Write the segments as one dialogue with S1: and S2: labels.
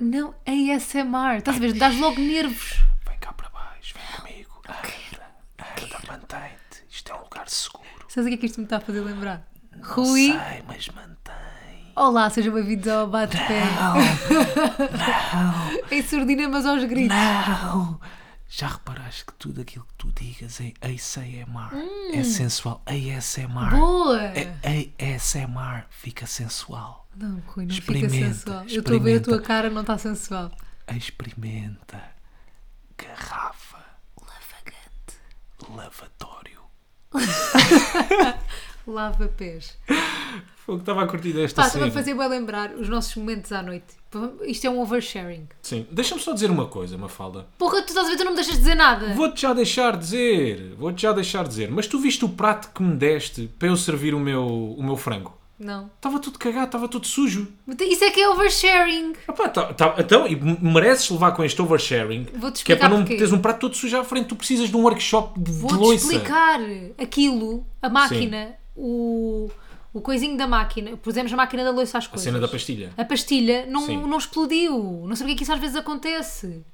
S1: Não, ASMR. Estás a ver? Dás logo nervos.
S2: Vem cá para baixo, vem comigo. Anda, anda, mantém-te. Isto é um lugar seguro.
S1: Sabes o que é que isto me está a fazer lembrar? Rui.
S2: Sei, mas mantém.
S1: Olá, sejam bem-vindos ao Bate-Pé. Em surdina, mas aos gritos.
S2: Não! Já reparaste que tudo aquilo que tu digas é ASMR? É sensual. ASMR.
S1: Hum. Boa!
S2: É ASMR. Fica sensual.
S1: Não, Rui, não fica
S2: Experimenta,
S1: sensual. Eu estou a ver a tua
S2: experimenta.
S1: cara, não está sensual.
S2: Experimenta. Garrafa.
S1: Lavagante.
S2: Lavatório.
S1: Lava pés.
S2: Fogo, estava a curtir desta
S1: Pá, estava a fazer bem lembrar os nossos momentos à noite. Isto é um oversharing.
S2: Sim. Deixa-me só dizer uma coisa, Mafalda.
S1: Porra, tu estás a ver, tu não me deixas dizer nada.
S2: Vou-te já deixar dizer, vou-te já deixar dizer, mas tu viste o prato que me deste para eu servir o meu, o meu frango?
S1: Não.
S2: Estava tudo cagado, estava tudo sujo.
S1: Isso é que é oversharing.
S2: Epá, tá- tá- então, e m- mereces levar com este oversharing,
S1: Vou-te
S2: que é para
S1: explicar
S2: não
S1: porquê.
S2: teres um prato todo sujo à frente, tu precisas de um workshop de, de
S1: Vou-te
S2: loiça.
S1: explicar. Aquilo, a máquina, o, o coisinho da máquina, pusemos a máquina da louça às
S2: A
S1: coisas.
S2: cena da pastilha.
S1: A pastilha
S2: Sim.
S1: não, não explodiu. Não sei porque é que isso às vezes acontece.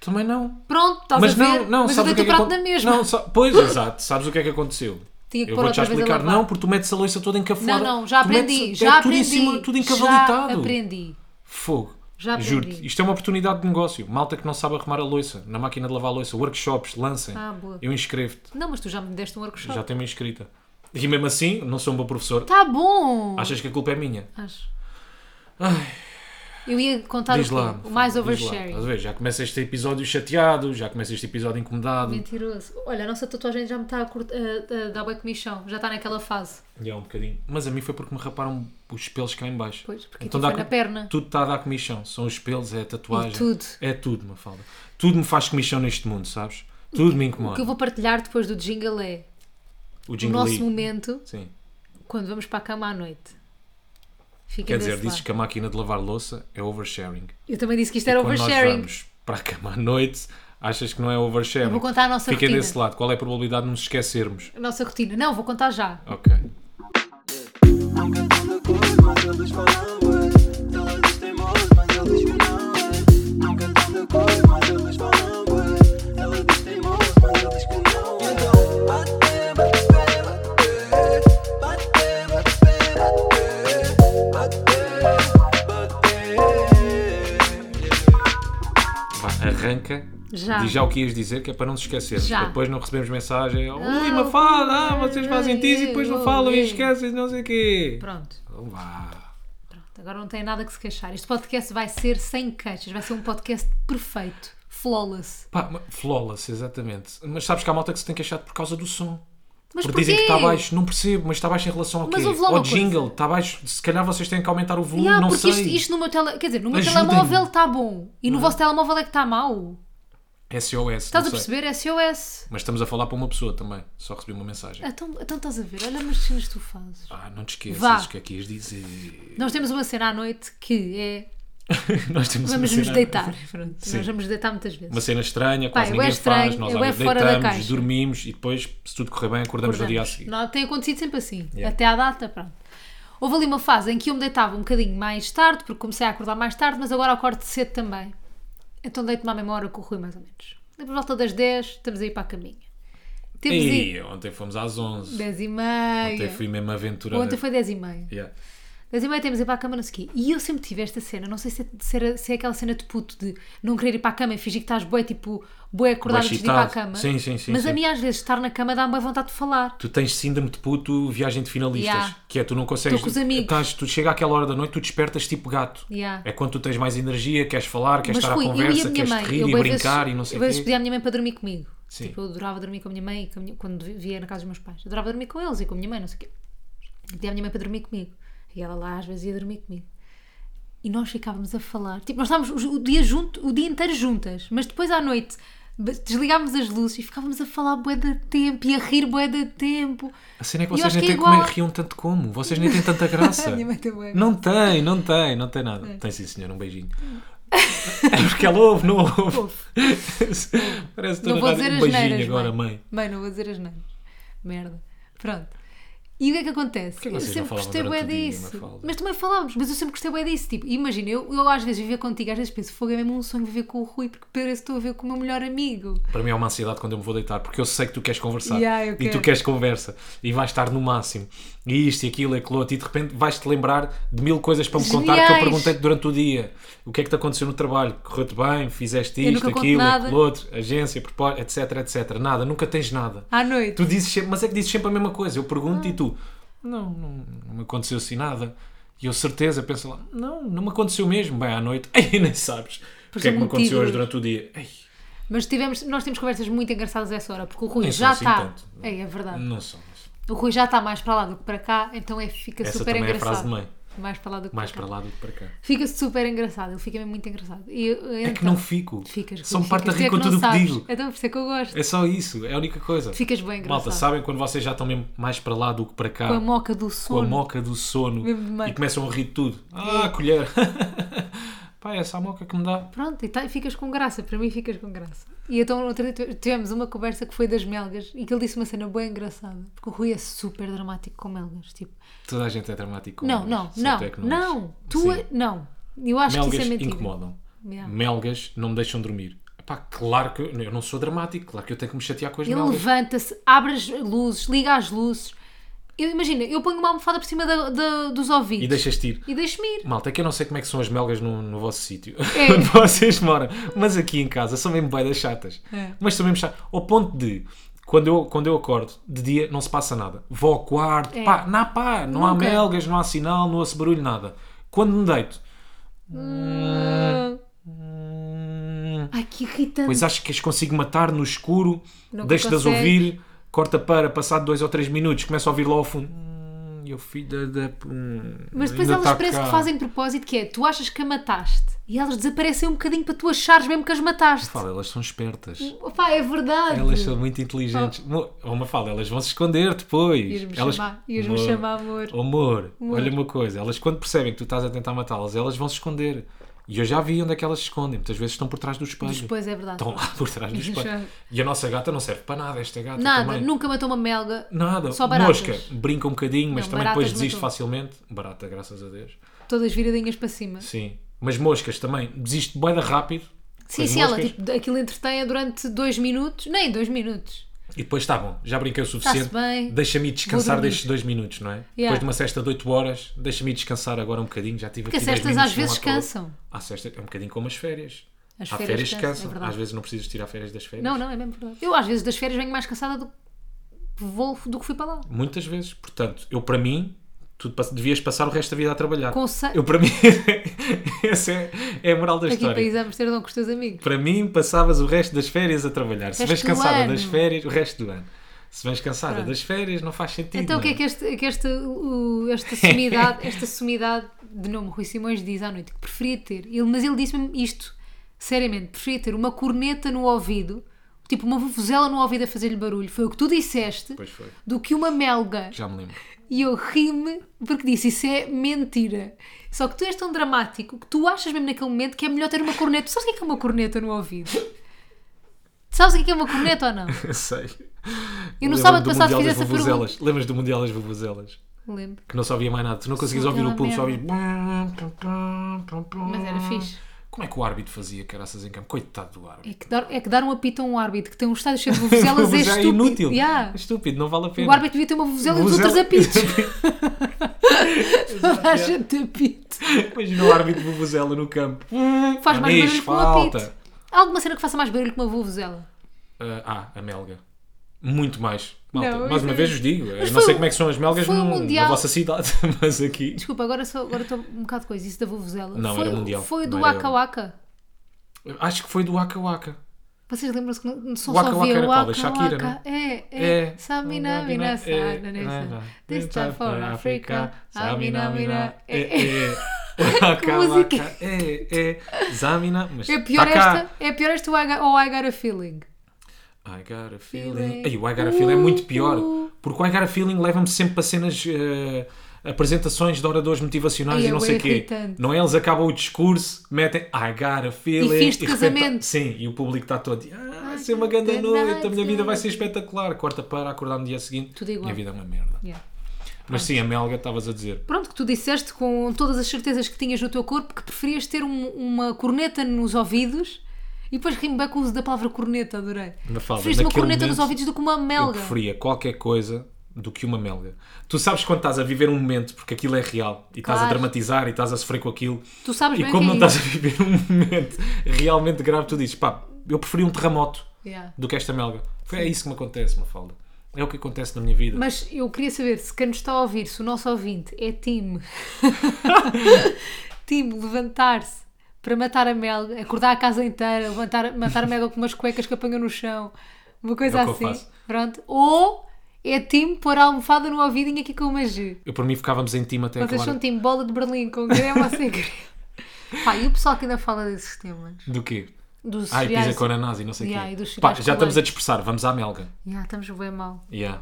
S2: Também não.
S1: Pronto, estás
S2: Mas
S1: a ver?
S2: não, não,
S1: mas eu dei
S2: sabes o que é
S1: o
S2: que
S1: prato
S2: acon-
S1: na mesma.
S2: Não, sa- pois, exato, sabes o que é que aconteceu?
S1: Tinha que
S2: eu
S1: pôr
S2: vou-te já
S1: outra vez a
S2: explicar.
S1: lavar.
S2: Não, porque tu metes a louça toda encafada.
S1: não, já
S2: tu metes-
S1: aprendi.
S2: é
S1: já
S2: tudo
S1: aprendi.
S2: em cima, tudo
S1: já
S2: encavalitado.
S1: aprendi.
S2: Fogo.
S1: Já aprendi.
S2: Juro-te, isto é uma oportunidade de negócio. Malta que não sabe arrumar a louça, na máquina de lavar a louça, workshops, lancem.
S1: Ah, boa.
S2: Eu inscrevo-te,
S1: Não, mas tu já me deste um workshop.
S2: já tenho uma inscrita. E mesmo assim, não sou um bom professor.
S1: Tá bom.
S2: Achas que a culpa é minha?
S1: Acho. Eu ia contar
S2: Diz
S1: o, quê?
S2: lá.
S1: o mais
S2: diz lá.
S1: oversharing.
S2: Estás a ver? Já começa este episódio chateado, já começa este episódio incomodado.
S1: Mentiroso. Olha, a nossa tatuagem já me está a, cur... a, a dar bué comichão. Já está naquela fase.
S2: E é um bocadinho. Mas a mim foi porque me raparam os pelos cá em baixo.
S1: Pois, porque
S2: Então
S1: aquilo
S2: dá
S1: foi na
S2: co-
S1: perna.
S2: Tudo está a dar comichão. São os pelos, é a tatuagem.
S1: E tudo.
S2: É tudo, me fala. Tudo me faz comichão neste mundo, sabes? Tudo me incomoda.
S1: O que eu vou partilhar depois do jingle é
S2: O
S1: o
S2: jingle
S1: nosso
S2: aí.
S1: momento
S2: Sim.
S1: quando vamos para a cama à noite. Fica
S2: Quer dizer, dizes que a máquina de lavar louça é oversharing.
S1: Eu também disse que isto era
S2: Quando nós
S1: oversharing.
S2: vamos para a cama à noite, achas que não é oversharing?
S1: Eu vou contar a nossa
S2: Fiquem
S1: rotina.
S2: desse lado. Qual é a probabilidade de nos esquecermos?
S1: A nossa rotina. Não, vou contar já.
S2: Ok.
S3: Nunca estão de acordo, mas eles falam, ué. Eles têm moço, mas eles que não, ué. Nunca estão de acordo, mas eles falam, ué. Eles têm moço, mas eles que não, ué. Então, bate, bate, bate, bate. Bate, bate, bate, bate. Bate.
S2: Vá, arranca.
S1: Já.
S2: Diz já o que ias dizer, que é para não nos esquecermos.
S1: Já.
S2: que Depois não recebemos mensagem. Ui,
S1: Ah,
S2: uma fala, ah, vocês fazem tease e depois não
S1: eu,
S2: falam e
S1: eu.
S2: esquecem e não sei o quê.
S1: é Pronto.
S2: Então vá.
S1: Pronto, Agora não tem nada que se queixar. Este podcast vai ser sem queixas, vai ser um podcast perfeito, flawless.
S2: Pá, mas- flawless, exatamente. Mas sabes que há malta que se tem queixado por causa do som.
S1: Mas
S2: Porque dizem que está
S1: porquê?
S2: baixo, não percebo, mas está baixo em relação ao quê?
S1: Mas ouve lá
S2: Ao
S1: uma
S2: jingle, está baixo, se calhar vocês têm que aumentar o volume,
S1: Ya,
S2: não
S1: porque
S2: sei.
S1: isto, isto no meu tele... Quer dizer, no meu
S2: Ajudem-me.
S1: telemóvel está bom e no vosso telemóvel é que está mau.
S2: SOS,
S1: Estás
S2: não
S1: a
S2: sei.
S1: perceber? É SOS.
S2: Mas estamos a falar para uma pessoa também, só recebi uma mensagem.
S1: Então, então estás a ver, olha umas cenas que tu fazes.
S2: Ah, não te esqueças
S1: Vá.
S2: o que é que ias dizer.
S1: Nós temos uma cena à noite que é
S2: Nós temos uma
S1: vamos nos
S2: cena-
S1: deitar. Pronto,
S2: Sim.
S1: Nós vamos nos deitar muitas vezes.
S2: Uma cena estranha, quase
S1: Pá, é bué
S2: ninguém faz,
S1: estranho,
S2: nós
S1: é
S2: à
S1: bué
S2: noite
S1: fora da
S2: deitamos,
S1: caixa.
S2: dormimos e depois, se tudo correr bem, acordamos no dia a seguir.
S1: Não, tem acontecido sempre assim,
S2: Yeah.
S1: até à data, pronto. Houve ali uma fase em que eu me deitava um bocadinho mais tarde, porque comecei a acordar mais tarde, mas agora acordo cedo também. Então deito-me à mesma hora que o Rui, mais ou menos. Por volta das 10, estamos aí para a caminha. Temos aí
S2: E ontem fomos às 11.
S1: 10 e
S2: Ontem
S1: meia.
S2: fui mesmo aventureiro.
S1: Ontem foi 10 e meia.
S2: Yeah.
S1: 10 e meia temos ir para a cama, não sei o quê. E eu sempre tive esta cena, não sei se é, se era- se é aquela cena de puto de não querer ir para a cama e fingir que estás bué, tipo, bué acordado
S2: Bué
S1: antes de ir para a
S2: excitado.
S1: cama.
S2: Sim, sim, sim,
S1: Mas a
S2: sim.
S1: mim às vezes estar na cama dá-me bué vontade de falar.
S2: Tu tens síndrome de puto, viagem de finalistas.
S1: Yeah.
S2: Que é, tu não consegues.
S1: Tô com os amigos.
S2: Estás, tu chega àquela hora da noite, tu despertas tipo gato.
S1: Yeah.
S2: É quando tu tens mais energia, queres falar, queres
S1: Mas
S2: estar
S1: fui,
S2: à
S1: eu e a
S2: conversa,
S1: minha
S2: queres
S1: mãe.
S2: te rir
S1: eu
S2: e
S1: bué
S2: brincar
S1: vezes,
S2: e não sei
S1: eu
S2: o
S1: bué vezes
S2: quê.
S1: pedi à minha mãe para dormir comigo.
S2: Sim.
S1: Tipo, eu adorava dormir com a minha mãe e com a minha- quando vi- via na casa dos meus pais. Eu adorava dormir com eles e com a minha mãe, não sei o quê. E pedi à minha mãe para dormir comigo. E ela lá às vezes ia dormir comigo. E nós ficávamos a falar. Tipo, nós estávamos os- o dia, junto, o dia inteiro juntas, mas depois à noite be- desligávamos as luzes e ficávamos a falar bué de tempo e a rir bué de tempo.
S2: A cena é que
S1: E eu
S2: vocês
S1: acho
S2: nem
S1: que é
S2: têm como é,
S1: igual.
S2: riam tanto como. Vocês nem têm tanta graça.
S1: A minha mãe também. é
S2: Não tem, não tem, não tem
S1: Hum.
S2: nada. Tem sim, senhor, um beijinho. É porque ela ouve, não ouve. Parece que
S1: Não
S2: estou na
S1: vou
S2: rádio.
S1: dizer
S2: um
S1: as
S2: beijinho
S1: neiras.
S2: agora, mãe.
S1: mãe. não vou dizer as neiras. Merda. Pronto. E o que é que acontece?
S2: que
S1: eu
S2: vocês não
S1: sempre
S2: falavam
S1: gostei bué
S2: durante o dia,
S1: disso.
S2: Mafalda?
S1: Mas também falávamos, mas eu sempre gostei bué disso. Tipo, imagina, eu, eu às vezes viver contigo, às vezes penso, fogo é mesmo um sonho viver com o Rui, porque parece que estou a ver com o meu melhor amigo.
S2: Para mim é uma ansiedade quando eu me vou deitar, porque eu sei que tu queres conversar
S1: Yeah, eu
S2: e tu
S1: quero.
S2: queres conversa e vais estar no máximo e isto e aquilo e aquilo outro, e de repente vais-te lembrar de mil coisas para me contar que eu
S1: Geniais!
S2: perguntei-te durante o dia. O que é que te aconteceu no trabalho? Correu-te bem? Fizeste
S1: Eu
S2: isto,
S1: nunca conto
S2: aquilo,
S1: nada.
S2: aquilo outro, agência, propósito, etc, etc. Nada, nunca tens nada.
S1: À noite.
S2: Tu dizes sempre, mas é que dizes sempre a mesma coisa. Eu pergunto
S1: Ah.
S2: e tu, não, não, não me aconteceu assim nada. E eu certeza penso lá, não, não me aconteceu mesmo. Bem, à noite, ei, nem sabes. O que é que me
S1: exemplo, um
S2: aconteceu
S1: motivos.
S2: hoje durante o dia? Ei,
S1: Mas tivemos, nós temos conversas muito engraçadas a essa hora, porque o Rui
S2: Nem são
S1: já
S2: assim
S1: está.
S2: tanto.
S1: É, é verdade.
S2: não Hum. sou. não sou.
S1: O Rui já está mais para lá do que para cá, então é, fica
S2: Essa
S1: super
S2: também é a
S1: engraçado.
S2: frase de mãe.
S1: Mais para lá do que
S2: Mais
S1: para
S2: para
S1: cá.
S2: lá do que para cá.
S1: Fica super engraçado, ele fica mesmo muito engraçado. E, então,
S2: É que não fico.
S1: ficas.
S2: Só me
S1: Rui,
S2: parte a
S1: ficas.
S2: rir
S1: Tu
S2: com
S1: é
S2: tudo o que
S1: não
S2: digo.
S1: sabes. Então por isso é que eu gosto.
S2: É só isso, é a única coisa.
S1: Ficas bem engraçado.
S2: Malta, sabem quando vocês já estão mesmo mais para lá do que para cá,
S1: Com a moca do
S2: com a
S1: sono.
S2: moca do sono
S1: Mesmo de
S2: e
S1: meio.
S2: começam a rir de tudo. Ah, colher! Pá, é essa a moca que me dá.
S1: Pronto, e tá- ficas com graça, para mim ficas com graça. E então no outro dia tive- tivemos uma conversa que foi das melgas e que ele disse uma cena bem engraçada, porque o Rui é super dramático com melgas, tipo,
S2: Toda a gente é dramático. com
S1: não, não,
S2: melgas, só
S1: não,
S2: tu é que
S1: não,
S2: és.
S1: tu,
S2: Sim.
S1: é- não, eu acho que
S2: Melgas
S1: isso é mentira.
S2: incomodam.
S1: Yeah.
S2: Melgas não me deixam dormir. Pá, claro que eu eu não sou dramático, claro que eu tenho que me chatear com as
S1: Ele
S2: melgas.
S1: levanta-se, abre as luzes, liga as luzes. Eu imagino, eu ponho uma almofada por cima da- da- dos ouvidos
S2: E deixas-te ir.
S1: e deixo-me ir.
S2: Malta, é que eu não sei como é que são as melgas no, no vosso sítio,
S1: É.
S2: onde vocês moram, mas aqui em casa são mesmo bem das chatas.
S1: É.
S2: Mas são mesmo chatas. Ao ponto de, quando eu, quando eu acordo, de dia não se passa nada. Vou ao quarto,
S1: É.
S2: pá, não há pá, não há
S1: Nunca.
S2: melgas, não há sinal, não há barulho, nada. Quando me deito, hum,
S1: Ai, que irritante.
S2: Ah. pois acho que as consigo matar no escuro,
S1: Nunca
S2: deixo de as
S1: consegues.
S2: ouvir, corta para, passado dois ou três minutos, começo a ouvir lá ao fundo. Hum, eu filho da. da- hum,
S1: Mas depois
S2: ainda
S1: elas
S2: tá
S1: parece
S2: cá.
S1: que fazem de propósito, que é, tu achas que a mataste e elas desaparecem um bocadinho para tu achares mesmo que as mataste.
S2: Fala, elas são espertas.
S1: Opa, é verdade.
S2: Elas são muito inteligentes. Oh, Mafalda, elas vão se esconder depois.
S1: Ias-me
S2: elas...
S1: chamar- ias-me chamar amor.
S2: Oh, Amor, olha uma coisa. Elas, quando percebem que tu estás a tentar matá-las, elas vão se esconder. E eu já vi onde é que elas se escondem. Muitas vezes estão por trás do espelho.
S1: Depois é verdade.
S2: Estão lá por trás do
S1: Ias-me
S2: espelho.
S1: chamar.
S2: E a nossa gata não serve para nada, esta gata
S1: Nada,
S2: também.
S1: nunca matou uma melga.
S2: Nada.
S1: Só baratas.
S2: Mosca, brinca um bocadinho, mas
S1: Não,
S2: também
S1: baratas
S2: depois desiste
S1: matou.
S2: facilmente. Barata, graças a Deus.
S1: Todas viradinhas para cima.
S2: Sim. Mas moscas também, desiste bué da rápido.
S1: Sim,
S2: As
S1: sim, ela,
S2: moscas.
S1: tipo, aquilo entretenha durante dois minutos. Nem dois minutos.
S2: E depois está bom, já brinquei o suficiente.
S1: bem.
S2: Deixa-me ir descansar
S1: dormir.
S2: destes dois minutos, não é? Depois
S1: Yeah.
S2: de uma cesta de 8 horas, deixa-me ir descansar agora um bocadinho, já tive
S1: Porque
S2: aqui
S1: as
S2: dois
S1: cestas
S2: minutos
S1: às
S2: de um
S1: vezes
S2: lado para o outro.
S1: cansam.
S2: À cesta é um bocadinho como as férias.
S1: As
S2: Há
S1: férias
S2: férias que
S1: cansam, é
S2: cansam,
S1: verdade.
S2: às vezes não precisas tirar férias das férias.
S1: Não, não, é mesmo verdade. Eu às vezes das férias venho mais cansada do que vou do que fui para lá.
S2: Muitas vezes, portanto, eu para mim, tu pas- devias passar o resto da vida a trabalhar.
S1: Conce-
S2: Eu para mim, essa é, é a moral da
S1: Aqui
S2: história.
S1: para ir a Amsterdão com os teus amigos.
S2: Para mim, passavas o resto das férias a trabalhar. Se
S1: Resto
S2: vens
S1: do
S2: cansada
S1: ano.
S2: das férias, o resto do ano. Se vens cansada
S1: Pronto.
S2: das férias, não faz sentido.
S1: Então o que é
S2: não
S1: que, este, que esta, o- esta sumidade, esta sumidade de nome Rui Simões diz à noite que preferia ter, ele, mas ele disse-me isto, seriamente, preferia ter uma corneta no ouvido, tipo uma vuvuzela no ouvido a fazer-lhe barulho, foi o que tu disseste,
S2: Pois foi.
S1: do que uma melga.
S2: Já me lembro.
S1: E eu ri-me porque disse isso é mentira. Só que tu és tão dramático que tu achas mesmo naquele momento que é melhor ter uma corneta. Tu sabes o que é que é uma corneta no ouvido? Sabes o que é que é uma corneta ou não?
S2: Eu
S1: Eu
S2: sei.
S1: no
S2: Lembro-me
S1: sábado
S2: do
S1: passado
S2: Mundial
S1: fiz
S2: das
S1: essa
S2: Vuvuzelas. Lembras do Mundial das Vuvuzelas?
S1: Lembro.
S2: Que não se ouvia mais nada. Tu não conseguias
S1: Só
S2: ouvir o
S1: aquela
S2: público, só ouvias...
S1: Mas
S2: Mas
S1: era fixe.
S2: Como é que o árbitro fazia caraças em campo? Coitado do
S1: É
S2: árbitro.
S1: que, dar, é que dar um apito a um árbitro que tem um estádio cheio de vuvuzelas é
S2: Mas já
S1: estúpido.
S2: inútil.
S1: Yeah.
S2: Estúpido, não vale a pena.
S1: O árbitro devia ter uma vuvuzela e os outros apitos. Toda a gente apito.
S2: Imagina o árbitro Vuvuzela no campo.
S1: Faz mais barulho que
S2: Anis,
S1: um
S2: falta.
S1: apito. Há alguma cena que faça mais barulho que uma vuvuzela?
S2: Ah, ah, a melga. Muito mais. Malta,
S1: Não,
S2: mais uma
S1: eu-
S2: vez vos digo. eu não
S1: foi
S2: sei
S1: o-
S2: como é que são as melgas
S1: foi o
S2: no- na
S1: Mundial.
S2: vossa cidade, mas aqui...
S1: Desculpa, agora só- agora estou um bocado coisa. Isso da vuvuzela.
S2: Não,
S1: foi,
S2: era mundial,
S1: Foi do
S2: não era
S1: Waka
S2: eu.
S1: Waka.
S2: Acho que foi do Waka Waka.
S1: Vocês lembram-se que não só
S2: Waka
S1: só
S2: Waka
S1: via
S2: era
S1: Waka
S2: qual?
S1: Waka?
S2: Da Shakira,
S1: É,
S2: É.
S1: é. Samina, mina, sana, nessa. This time for Africa. Samina, mina, é. é.
S2: Waka,
S1: música.
S2: waka, é, é. Zamina, mas
S1: É pior
S2: tá cá.
S1: esta, é pior esta ou I got, ou I got a feeling.
S2: I got a feeling.
S1: Feeling.
S2: Ei, o I got a feeling é muito pior.
S1: Uh, uh.
S2: Porque o I got a feeling leva-me sempre para cenas. eh, apresentações de oradores motivacionais
S1: Ei,
S2: e não
S1: é
S2: sei o quê.
S1: irritante.
S2: Não é? Eles acabam o discurso, metem I got a feeling.
S1: E fins de
S2: repente-
S1: casamento.
S2: sim, e o público está todo. Ah, vai ser uma
S1: got
S2: grande
S1: a
S2: noite, a minha
S1: night,
S2: vida vai ser
S1: yeah.
S2: espetacular. Corta para acordar no dia seguinte.
S1: Tudo igual.
S2: Minha vida é uma merda.
S1: Yeah.
S2: Mas sim, a melga estavas a dizer.
S1: Pronto, que tu disseste com todas as certezas que tinhas no teu corpo que preferias ter um- uma corneta nos ouvidos e depois rimo bem com o uso da palavra corneta, adorei.
S2: Na falda,
S1: Preferiste uma
S2: naquele
S1: corneta nos
S2: momento,
S1: ouvidos do que uma
S2: Eu
S1: melga.
S2: preferia qualquer coisa do que uma melga. Tu sabes quando estás a viver um momento, porque aquilo é real, e estás a
S1: Claro.
S2: dramatizar e estás a sofrer com aquilo,
S1: Tu sabes
S2: e
S1: bem o
S2: como
S1: que
S2: não
S1: é
S2: estás a
S1: isso.
S2: viver um momento realmente grave, tu dizes, pá, eu preferi um terremoto
S1: Yeah.
S2: do que esta melga. Foi é isso que me acontece, Mafalda. É o que acontece na minha vida.
S1: Mas eu queria saber se quem nos está a ouvir, se o nosso ouvinte é time. time levantar-se para matar a melga, acordar a casa inteira, levantar, matar a melga com umas cuecas que apanhou no chão, uma coisa
S2: É o que eu
S1: assim.
S2: faço.
S1: Pronto. Ou é time pôr a almofada no ouvidinho aqui com uma G.
S2: Eu, por mim, ficávamos em time até
S1: Vocês
S2: acabar.
S1: são time bola de Berlim com grama ou sem grama. Pá, e o pessoal que ainda fala desses temas?
S2: Do quê?
S1: Dos
S2: Ah, e
S1: cereais.
S2: pizza com ananás e não sei o
S1: Yeah, e dos
S2: quê. Pá,
S1: cereais
S2: já
S1: com
S2: estamos
S1: leite.
S2: a dispersar, vamos à melga.
S1: Ya, estamos bem mal.
S2: Yeah.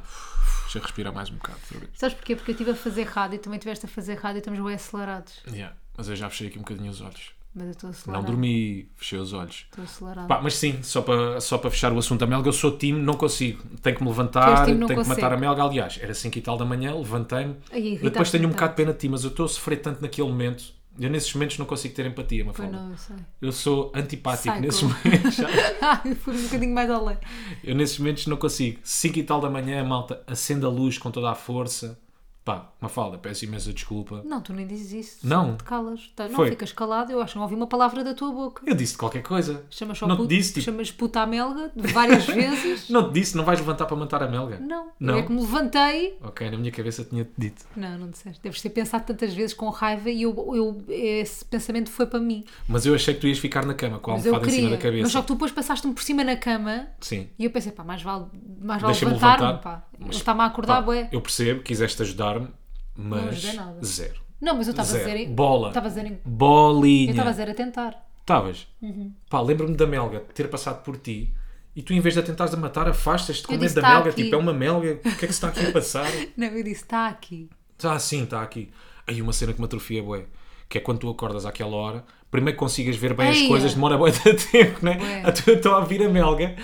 S2: Deixa eu respirar mais um bocado. outra vez.
S1: Sabes porquê? Porque eu estive a fazer rádio e também estiveste a fazer rádio e estamos bem acelerados.
S2: Yeah. Mas eu já fechei aqui um bocadinho os olhos.
S1: Mas eu estou
S2: Não
S1: acelerado.
S2: dormi, fechei os olhos.
S1: Estou acelerado.
S2: Pá, mas sim, só para, só para fechar o assunto da melga, eu sou time, não consigo. Tenho que me
S1: Tu és
S2: levantar,
S1: time, não
S2: tenho que matar
S1: consegue.
S2: a melga. Aliás, era 5 e tal da manhã, levantei-me.
S1: Ai,
S2: Eu
S1: irritaste-me
S2: depois tenho um
S1: tanto.
S2: bocado de pena de ti, mas eu estou a sofrer tanto naquele momento. Eu nesses momentos não consigo ter empatia,
S1: Pois
S2: Mafalda.
S1: não, eu sei.
S2: Eu sou antipático
S1: Psycho.
S2: nesses momentos. sabes?
S1: Fui um bocadinho mais além.
S2: Eu nesses momentos não consigo. 5 e tal da manhã, malta, acenda a luz com toda a força. Pá, Mafalda, peço imensa desculpa.
S1: Não, tu nem dizes isso.
S2: Não.
S1: Te calas. Tá, Não
S2: Foi.
S1: ficas calado. Eu acho que não ouvi uma palavra da tua boca.
S2: Eu disse qualquer coisa.
S1: Chamas só
S2: não
S1: puto,
S2: te disse, tipo,
S1: chamas puta à melga várias vezes.
S2: não te disse, não vais levantar para matar a melga.
S1: Não.
S2: Não.
S1: Eu é que me levantei
S2: Ok, na minha cabeça tinha-te dito.
S1: Não, não disseste. Deves ter pensado tantas vezes com raiva e eu, eu- esse pensamento foi para mim.
S2: Mas eu achei que tu ias ficar na cama com a
S1: Mas eu
S2: almofada um em cima
S1: queria.
S2: da cabeça.
S1: Mas só que tu depois passaste-me por cima na cama
S2: Sim.
S1: e eu pensei, pá, mais vale, mais vale
S2: Deixa-me
S1: levantar-me,
S2: levantar.
S1: pá. Ele está-me a acordar,
S2: Pá,
S1: bué.
S2: Eu percebo, quiseste ajudar-me, mas
S1: ajudei nada.
S2: zero.
S1: Não, mas eu estava a
S2: zero.
S1: dizer.
S2: Bola.
S1: Estava a dizer. em- Eu
S2: Bolinha.
S1: estava a dizer a tentar.
S2: Estavas.
S1: Uhum.
S2: Pá, lembro-me da melga ter passado por ti e tu, em vez de a tentares a matar, afastas-te com
S1: Eu
S2: medo
S1: disse,
S2: da
S1: "Tá
S2: melga.
S1: aqui."
S2: Tipo, é uma melga. O que é que se está aqui a passar?
S1: Não, eu disse, está aqui.
S2: Está assim, está aqui. Aí uma cena que me atrofia, bué. Que é quando tu acordas àquela hora, primeiro que consigas ver bem as
S1: Eia.
S2: coisas, demora bué de tempo, né?
S1: Bué.
S2: A tua estou a vir a melga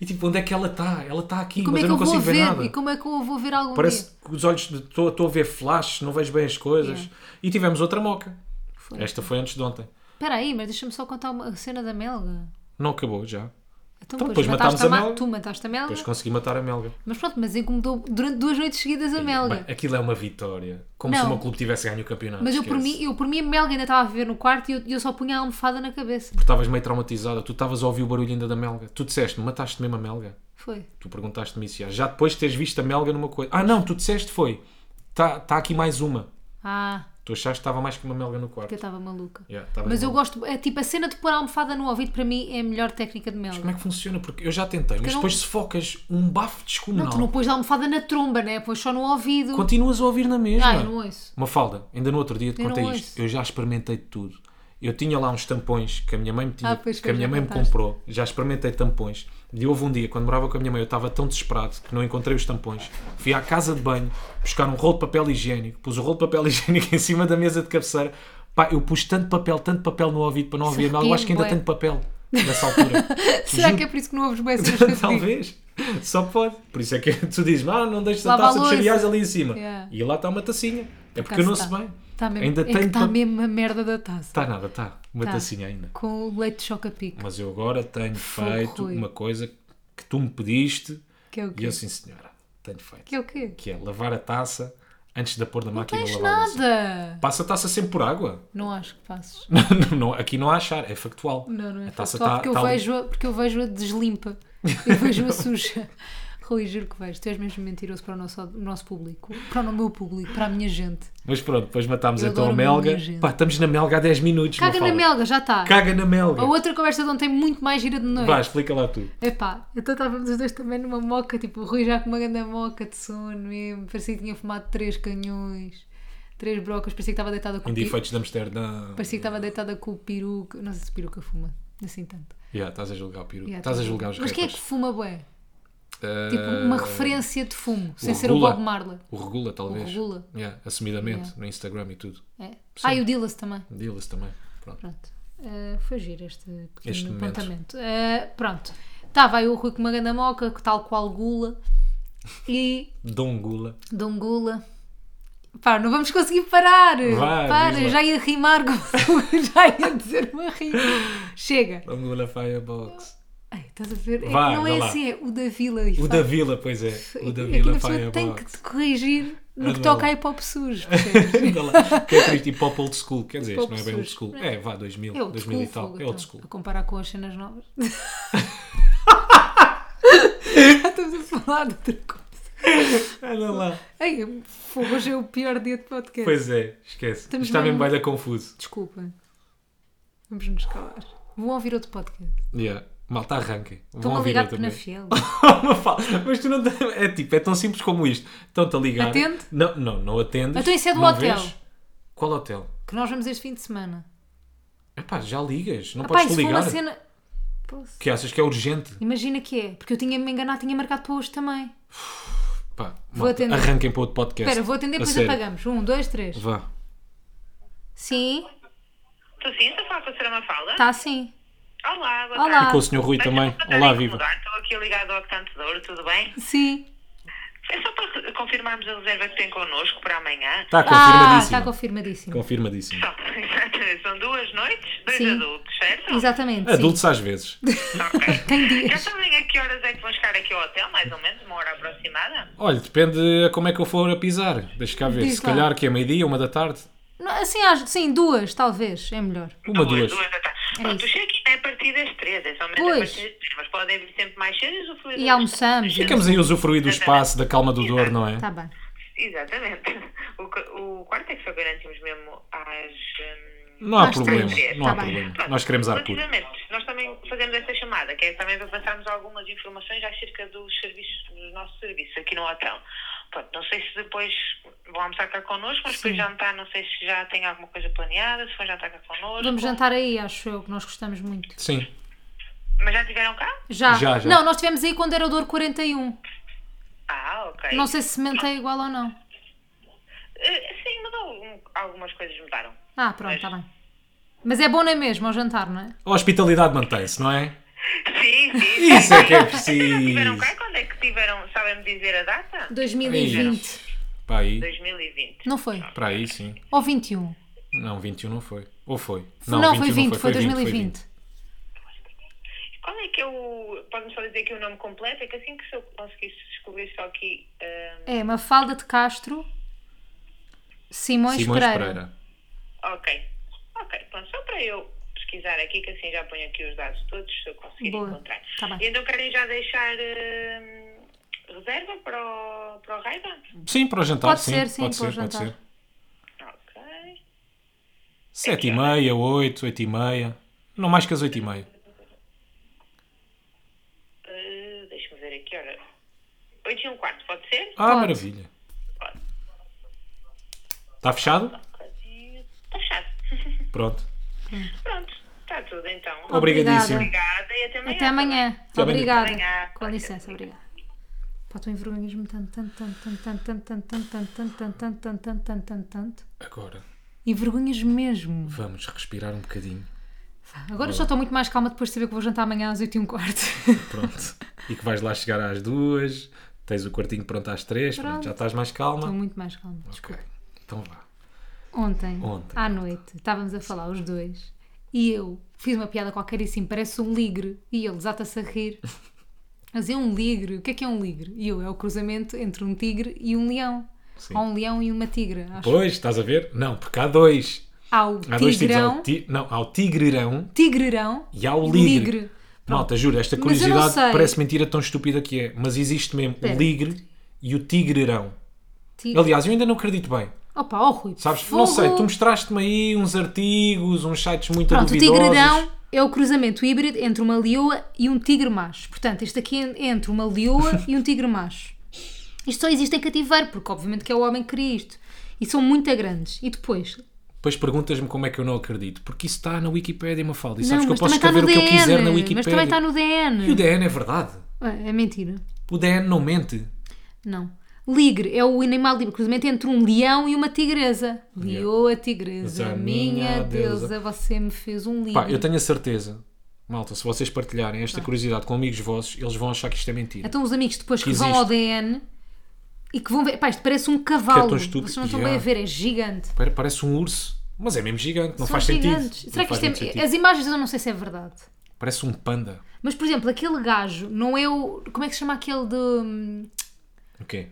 S2: e tipo, onde é que ela está? Ela está aqui,
S1: Como é
S2: mas eu
S1: que eu,
S2: não
S1: vou
S2: consigo ver
S1: ver?
S2: nada.
S1: E como é que eu vou ver algum dia?
S2: Parece que os olhos, de- estou estou a ver flashes, não vejo bem as coisas. E tivemos outra moca.
S1: Foi.
S2: Esta foi antes de ontem.
S1: Espera aí, mas deixa-me só contar uma a cena da melga.
S2: Não acabou já.
S1: Então,
S2: depois matámos a
S1: ma-
S2: melga.
S1: Tu mataste a melga.
S2: Depois consegui matar a melga.
S1: Mas pronto, mas incomodou durante duas noites seguidas a melga.
S2: Bem, aquilo é uma vitória. Como
S1: Não.
S2: se o meu clube tivesse ganho o campeonato.
S1: Mas eu por,
S2: esquece.
S1: mim, eu por mim a Melga ainda estava a viver no quarto e eu, eu só punha a almofada na cabeça.
S2: Porque estavas meio traumatizada. Tu estavas a ouvir o barulho ainda da melga. Tu disseste-me, mataste mesmo a melga.
S1: Foi.
S2: Tu perguntaste-me isso já. Já depois de teres visto a melga numa coisa. Ah, não, tu disseste foi. Está tá aqui mais uma.
S1: Ah,
S2: Tu achaste que estava mais que uma melga no
S1: porque
S2: quarto.
S1: eu estava maluca.
S2: Yeah, tava
S1: Mas eu
S2: maluco.
S1: gosto, é, tipo, a cena de pôr a almofada no ouvido para mim é a melhor técnica de Melga.
S2: Como é que funciona? Porque eu já tentei, mas
S1: não-
S2: depois sofocas um bafo descomunal.
S1: Não, tu não pões a almofada na tromba, né? Pões só no ouvido.
S2: Continuas a ouvir na mesma.
S1: Ah, eu não ouço.
S2: Uma falda. Ainda no outro dia te
S1: Eu
S2: contei
S1: não
S2: isto.
S1: ouço.
S2: Eu já experimentei de tudo. Eu tinha lá uns tampões que a minha mãe me, tinha-
S1: Ah, pois
S2: que
S1: foi,
S2: a minha
S1: já
S2: mãe me
S1: contaste.
S2: comprou. Já experimentei tampões. E houve um dia, quando morava com a minha mãe, eu estava tão desesperado que não encontrei os tampões. Fui à casa de banho buscar um rolo de papel higiênico. Pus o rolo de papel higiênico em cima da mesa de cabeceira. Pá, eu pus tanto papel, tanto papel no ouvido para não ouvir mal.
S1: arrepia-me,
S2: Eu acho que ainda
S1: bué.
S2: tenho papel nessa altura.
S1: Será
S2: Juro.
S1: que é por isso que não ouves bem as cenas que eu te digo?
S2: Talvez. Só pode. Por isso é que tu dizes, ah, não deixes a
S1: Lava a
S2: taça de
S1: louça."
S2: cereais ali em cima.
S1: Yeah.
S2: E lá está uma tacinha. É porque
S1: acaso
S2: eu não
S1: está.
S2: sei bem.
S1: Tá mesmo,
S2: Ainda
S1: é que
S2: tenho
S1: está
S2: pa-
S1: mesmo a merda da taça.
S2: Está nada, está. Uma
S1: Tá.
S2: tacinha assim ainda.
S1: Com o leite de choca-pico.
S2: Mas eu agora tenho
S1: Fogo,
S2: feito
S1: Rui.
S2: uma coisa que tu me pediste
S1: Que é o
S2: e assim,
S1: quê?
S2: eu, sim senhora, tenho feito.
S1: Que é o quê?
S2: Que é lavar a taça antes de a pôr na máquina
S1: Não tens
S2: lavar a louça.
S1: nada.
S2: Passa a taça sempre por água.
S1: Não acho que passes.
S2: Não, não, aqui não há achar, é factual.
S1: Não, não é
S2: a taça
S1: factual,
S2: tá-
S1: porque, eu
S2: tá ali.
S1: vejo-a- porque eu vejo-a deslimpa. Eu vejo-a suja. Rui, juro que vejo. Tu és mesmo mentiroso para o nosso, nosso público. Para o meu público, para a minha gente.
S2: Mas pronto, depois matámos
S1: Eu
S2: então a
S1: adoro
S2: melga.
S1: minha gente.
S2: Pá, estamos na melga há 10 minutos.
S1: Caga na
S2: Mafalda.
S1: melga, já está.
S2: Caga na melga.
S1: A outra conversa de ontem muito mais gira de noite.
S2: Vá, explica lá tu.
S1: Epá, então estávamos os dois também numa moca, tipo, o Rui já com uma grande moca de sono mesmo. Parecia que tinha fumado três canhões, três brocas. Parecia que estava deitada com
S2: Um
S1: o
S2: dia
S1: peru.
S2: feitos de Amsterdã.
S1: Parecia que estava deitada com o peruca. Não sei se peruca fuma, assim tanto.
S2: Yeah, estás a julgar o peru.
S1: Yeah,
S2: estás a julgar os
S1: Mas quem é que
S2: rappers.
S1: fuma, bué?
S2: Eh,
S1: Tipo, uma referência de fumo, sem ser o
S2: Regula.
S1: Bob Marley.
S2: O Regula, talvez.
S1: O Regula.
S2: Yeah, assumidamente,
S1: Yeah.
S2: no Instagram e tudo.
S1: É. Ah, e o Dillas também.
S2: Dealers também. Pronto.
S1: Pronto. Ah, foi giro este pequeno
S2: Este momento.
S1: apontamento. Ah, pronto. Tá, vai o Rui com uma ganda moca, que tal qual Gula. E
S2: Dom Gula.
S1: Dom Gula. Pá, não vamos conseguir parar.
S2: Vai,
S1: Para,
S2: diz lá.
S1: já ia rimar, com- já ia dizer uma rima. Chega.
S2: I'm gonna firebox.
S1: Ai, estás a ver? É que
S2: Vai,
S1: não
S2: vá
S1: é
S2: lá.
S1: assim, é o da Vila.
S2: O da Vila, pois é. O da
S1: Aquela
S2: Vila É
S1: pessoa tem que
S2: firebox.
S1: te corrigir no que
S2: Anda
S1: toca
S2: lá.
S1: a hip-hop sujo. percebes?
S2: Anda lá. que é triste, tipo pop old school. Quer dizer, isto
S1: Pop
S2: não é bem old
S1: sujo.
S2: school. É, vá, 2000,
S1: É o
S2: 2000
S1: school,
S2: e tal.
S1: fogo,
S2: É old
S1: então.
S2: school.
S1: A comparar com as cenas novas. Já estamos a falar de outra coisa.
S2: Anda lá.
S1: Ei, fogo, hoje é o pior dia de podcast.
S2: Pois é, esquece. Isto
S1: Estamos
S2: Está mesmo
S1: mesmo-
S2: bem da confuso.
S1: Desculpa. Vamos nos calar. Vão ouvir outro podcast.
S2: Yeah. Malta, arranquem.
S1: Estão
S2: Vão
S1: a
S2: ouvir
S1: ligar
S2: outra
S1: na
S2: vez.
S1: Fiel.
S2: Uma fala. Mas tu não te... É tipo, é tão simples como isto. Estão-te a ligar.
S1: Atende?
S2: Não, não, não atendes.
S1: Então isso é do
S2: não
S1: hotel.
S2: vês. Qual hotel?
S1: Que nós vamos este fim de semana.
S2: Epá, já ligas. Não
S1: Ah, pá,
S2: podes
S1: isso foi
S2: ligar.
S1: uma cena. Posso?
S2: Que achas que é urgente?
S1: Imagina que é, porque eu tinha-me enganado, tinha marcado para hoje também.
S2: Pá,
S1: Vou
S2: malta,
S1: atender.
S2: Arranquem para outro podcast.
S1: Espera, vou atender,
S2: A
S1: depois
S2: sério.
S1: apagamos. Um, dois, três.
S2: Vá.
S1: Sim,
S4: Tu sim, estou a falar com a Sra. Mafalda?
S1: está sim.
S4: Olá, boa
S1: Tá. Olá.
S4: tarde.
S2: E com o Sr. Rui também.
S4: Peço
S2: Olá,
S4: desculpa estar a
S2: viva.
S4: incomodar, Estou aqui ligado ao Octante de Ouro, tudo bem?
S1: Sim.
S4: É só para confirmarmos a reserva que tem connosco para amanhã.
S2: Está
S1: Ah,
S2: Tá confirmadíssimo.
S1: está confirmadíssimo.
S2: Confirmadíssimo.
S4: Só- exatamente, São duas noites, dois
S1: Sim.
S4: adultos, certo?
S1: Exatamente. sim.
S2: Adultos às vezes.
S4: Ok.
S1: Tem
S4: Já
S1: dias.
S4: sabem a que horas é que vão chegar aqui ao hotel, mais ou menos, uma hora aproximada?
S2: Olha, depende a como é que eu for a pisar. Deixa cá ver.
S1: Diz
S2: Se
S1: lá.
S2: calhar que é meio-dia, uma da tarde.
S1: Não, assim, acho- sim, duas, talvez. É melhor.
S2: Uma, duas.
S4: duas da tarde.
S1: É isso.
S4: Pronto, o check-in é a partir das três, é somente
S1: Pois.
S4: a partir das três, mas podem vir sempre mais cedo e usufruir
S1: E
S4: das-
S1: almoçamos.
S2: Ficamos aí a usufruir do espaço, da calma do
S4: tá.
S2: dor, não é?
S1: Está Tá bem.
S4: Exatamente. O, ca- o quarto é que só garantimos mesmo às. hum,
S2: Não há
S1: Nós
S2: problema.
S1: três.
S2: Não há
S1: Tá bem.
S2: problema.
S4: Pronto,
S2: Nós queremos ar puro.
S4: relativamente, Nós também fazemos esta chamada, que é também para passarmos algumas informações acerca dos serviços, dos nossos serviços aqui no hotel. Pronto, não sei se depois vão almoçar cá connosco, mas depois
S1: Sim.
S4: jantar, não sei se já tem alguma coisa planeada, se vão jantar cá connosco.
S1: Vamos jantar aí, acho eu, que nós gostamos muito.
S2: Sim.
S4: Mas já estiveram cá?
S1: Já.
S2: Já, já.
S1: Não, nós estivemos aí quando era o Dor 41.
S4: Ah, ok.
S1: Não sei se cimento é igual ou não.
S4: Eh, Sim, mudou. um- Algumas coisas mudaram.
S1: Ah, pronto, está bem. Mas é bom não é mesmo ao jantar, não é?
S2: A hospitalidade mantém-se, não é?
S4: Sim, sim.
S2: Isso é que é
S4: Já estiveram
S2: preciso.
S4: cá? Quando é que tiveram? Sabem-me dizer a data?
S1: 2020.
S2: Para aí.
S4: 2020.
S1: Não foi?
S2: Para aí, sim.
S1: Ou 21?
S2: Não, 21 não foi. Ou foi?
S1: Não, foi 20, foi, 2020.
S4: Qual é que é o. Pode-me só dizer aqui o nome completo? É que assim que se eu conseguisse descobrir só aqui. ah,
S1: É Mafalda de Castro, Simões,
S2: Simões
S1: Pereira.
S2: Pereira.
S4: ah, ok. Ok, pronto, só para eu pesquisar aqui, que assim já ponho aqui os dados todos, se eu conseguir
S1: Boa.
S4: encontrar.
S1: Tá bem.
S4: E então querem já deixar ah, reserva para o, para o Raiva?
S2: Sim, para o jantar.
S1: Pode
S2: sim,
S1: ser, sim,
S2: pode
S1: para o
S2: ser, pode
S1: jantar.
S2: ser.
S4: Ok.
S2: 7 e meia, 8, 8 e meia. Não mais que as 8 e meia.
S4: Ah, Deixa-me ver aqui, ora. 8 e um quarto, pode ser?
S2: Ah,
S1: Pode.
S2: maravilha. Está fechado?
S4: Está fechado.
S2: Pronto.
S4: Pronto, está tudo então.
S2: Obrigadíssimo.
S1: Obrigada.
S4: Obrigada e até amanhã.
S1: Até amanhã.
S2: Até amanhã.
S1: Obrigada.
S4: Amanhã.
S1: Com licença, obrigada. Pá, tu envergonhas-me tanto, tanto, tanto, tanto, tanto, tanto, tanto, tanto, tanto, tanto, tanto, tanto, tanto, tanto, tanto.
S2: Agora
S1: Envergonhas-me mesmo.
S2: vamos respirar um bocadinho.
S1: Agora já estou muito mais calma depois de saber que vou jantar amanhã às 8 h quarto.
S2: Pronto. E que vais lá chegar às duas, tens o quartinho pronto às três, pronto,
S1: Pronto. Então,
S2: já estás mais
S1: Estou
S2: calma.
S1: muito mais calma.
S2: Ok. Então vá.
S1: Ontem,
S2: Ontem,
S1: à noite, estávamos a falar os dois e eu fiz uma piada qualquer e assim, parece um ligre. E ele desata-se a rir. Mas é um ligre? O que é que é um ligre? E eu, é o cruzamento entre um tigre e um leão.
S2: Sim.
S1: Há um leão e uma tigre, acho.
S2: Pois, estás a ver? Não, porque há dois.
S1: Há o
S2: Há dois tipos. Há
S1: tigrão,
S2: o ti- Não, há o tigrerão
S1: tigrerão
S2: e há o
S1: ligre.
S2: ligre. Malta, juro, esta
S1: Mas eu não
S2: curiosidade
S1: sei.
S2: parece mentira tão estúpida que é, mas existe mesmo
S1: Espera.
S2: o ligre e o tigrerão.
S1: Tigre.
S2: Aliás, eu ainda não acredito bem.
S1: Opa, ó Rui,
S2: Sabes?
S1: fogo.
S2: Não sei, tu mostraste-me aí uns artigos, uns sites muito
S1: Pronto, o
S2: duvidosos.
S1: tigrerão é o cruzamento híbrido entre uma leoa e um tigre macho. Portanto, este aqui é entre uma leoa e um tigre macho. Isto só existe em cativeiro, porque obviamente que é o homem que cria isto. E são muito grandes. E depois,
S2: Depois perguntas-me como é que eu não acredito. Porque isso está na Wikipédia, Mafalda. E
S1: não,
S2: sabes que eu
S1: mas
S2: posso
S1: também está
S2: escrever
S1: no
S2: o que eu quiser na
S1: DNA.
S2: Wikipédia.
S1: Mas também está no
S2: E o
S1: DNA.
S2: DN é verdade.
S1: É, é mentira.
S2: O DN não mente.
S1: Não. Ligre é o animal livre, cruzamento entre um leão e uma tigresa.
S2: Yeah.
S1: Leoa, tigresa,
S2: Essa
S1: minha
S2: minha
S1: deusa,
S2: deusa.
S1: você me fez um
S2: Pá,
S1: livro.
S2: eu tenho a certeza, malta, se vocês partilharem esta curiosidade com amigos vossos, eles vão achar que isto é mentira.
S1: Então os amigos depois que
S2: Que
S1: vão
S2: existe.
S1: ao DN E que vão ver. Pá, isto parece um cavalo.
S2: é tão estúpido.
S1: Vocês não estão
S2: Yeah.
S1: bem a ver, é gigante.
S2: Pera, Parece um urso. Mas é mesmo gigante,
S1: São
S2: não faz
S1: gigantes.
S2: sentido.
S1: Será
S2: Não
S1: que
S2: faz muito
S1: isto é.
S2: sentido.
S1: As imagens eu não sei se é verdade.
S2: Parece um panda.
S1: Mas, por exemplo, aquele gajo não é o. Como é que se chama aquele de. hum,
S2: O quê?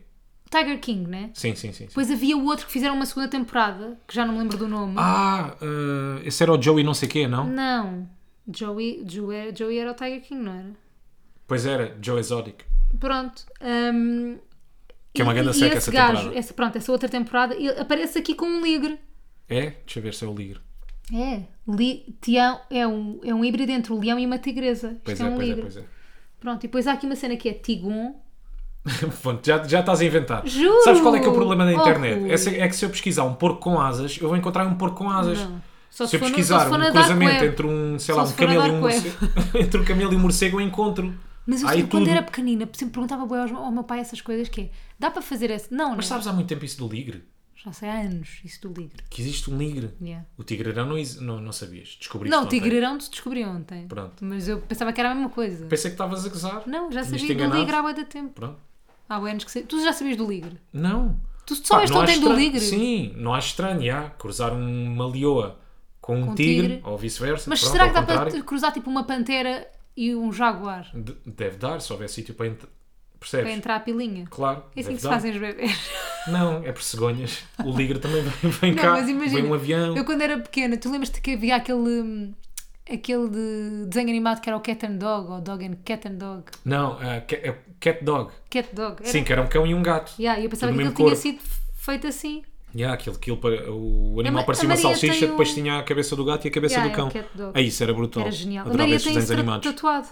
S1: Tiger King, né?
S2: Sim, sim, sim. sim.
S1: Depois havia o outro que fizeram uma segunda temporada, que já não me lembro do nome.
S2: Ah, eh, esse era o Joey não sei quê, não?
S1: Não. Joey, Joey, Joey era o Tiger King, não era?
S2: Pois era, Joe Exotic.
S1: Pronto. hum,
S2: Que é uma
S1: e-
S2: grande
S1: e
S2: seca
S1: esse
S2: essa
S1: gajo,
S2: temporada.
S1: Essa, pronto, essa outra temporada, ele aparece aqui com um ligre.
S2: É? Deixa eu ver se eu ligo.
S1: É. Li, teão, é, um, é um híbrido entre um leão e uma tigresa. Isto
S2: Pois
S1: é,
S2: é,
S1: um
S2: pois é,
S1: ligre.
S2: pois é.
S1: Pronto, e depois há aqui uma cena que é Tigon.
S2: Pronto, já, já estás a inventar.
S1: Juro!
S2: Sabes qual é que é o problema da
S1: Oh,
S2: internet?
S1: Rui.
S2: É, se- é que se eu pesquisar um porco com asas, eu vou encontrar um porco com asas.
S1: Não. Só
S2: Se eu
S1: for no-
S2: pesquisar
S1: só se for na
S2: um
S1: dark
S2: cruzamento
S1: web.
S2: entre um, sei
S1: Só
S2: lá, um
S1: se for na
S2: camelo e um
S1: dark
S2: morcego, entre um camelo e um morcego, eu encontro.
S1: Mas eu,
S2: Há aí
S1: eu quando
S2: tudo.
S1: era pequenina, sempre perguntava bué aos- ao, meu pai essas coisas que é, dá para fazer essa? Não,
S2: Mas
S1: não.
S2: sabes há muito tempo isso do ligre?
S1: Já sei há anos isso do ligre.
S2: Que existe um ligre.
S1: Yeah.
S2: O tigreirão não, exi- não, não sabias. Descobriste
S1: Não, o
S2: ontem.
S1: tigreirão te descobri ontem.
S2: Pronto.
S1: Mas eu pensava que era a mesma coisa.
S2: Pensei que estavas a gozar.
S1: Não, já
S2: Tinhas-te
S1: sabia do
S2: enganado.
S1: ligre há bué de tempo.
S2: Pronto.
S1: Há bué anos que sei. Tu já sabias do ligre?
S2: Não.
S1: Tu soubeste
S2: Pá, não acho
S1: ontem do
S2: estranho-
S1: ligre?
S2: Sim, não acho estranho, já. Cruzar um- uma leoa com um
S1: Com um
S2: tigre,
S1: tigre.
S2: ou vice-versa.
S1: Mas
S2: pronto,
S1: será que dá
S2: ao contrário.
S1: para cruzar tipo uma pantera e um jaguar?
S2: De- Deve dar, se houver sítio para entrar. Percebes?
S1: Para entrar à pilinha?
S2: Claro.
S1: É assim
S2: deve
S1: que se
S2: dar.
S1: fazem os bebês.
S2: Não, é por cegonhas. O ligre também vem, vem
S1: Não,
S2: cá.
S1: mas imagina,
S2: Vem um avião.
S1: Eu quando era pequena, tu lembras-te que havia aquele, hum, aquele de desenho animado que era o Cat and Dog, ou Dog and Cat and Dog?
S2: Não, ah, ca- é cat dog.
S1: Cat Dog. Era...
S2: Sim, que era um cão e um gato.
S1: Yeah, e eu pensava que
S2: Tudo
S1: aquilo
S2: no
S1: tinha
S2: mesmo
S1: sido feito assim.
S2: Yeah, aquilo, aquilo para, o
S1: A
S2: animal
S1: Ma-
S2: parecia
S1: a
S2: uma
S1: Maria
S2: salsicha,
S1: tem
S2: depois
S1: um-
S2: tinha a cabeça do gato e a cabeça
S1: Yeah,
S2: do
S1: é um
S2: cão.
S1: cat dog.
S2: É isso, era brutal.
S1: Era genial. A
S2: Adorava
S1: Maria
S2: esses
S1: tem
S2: desenhos
S1: isso tra-
S2: animados.
S1: tatuado.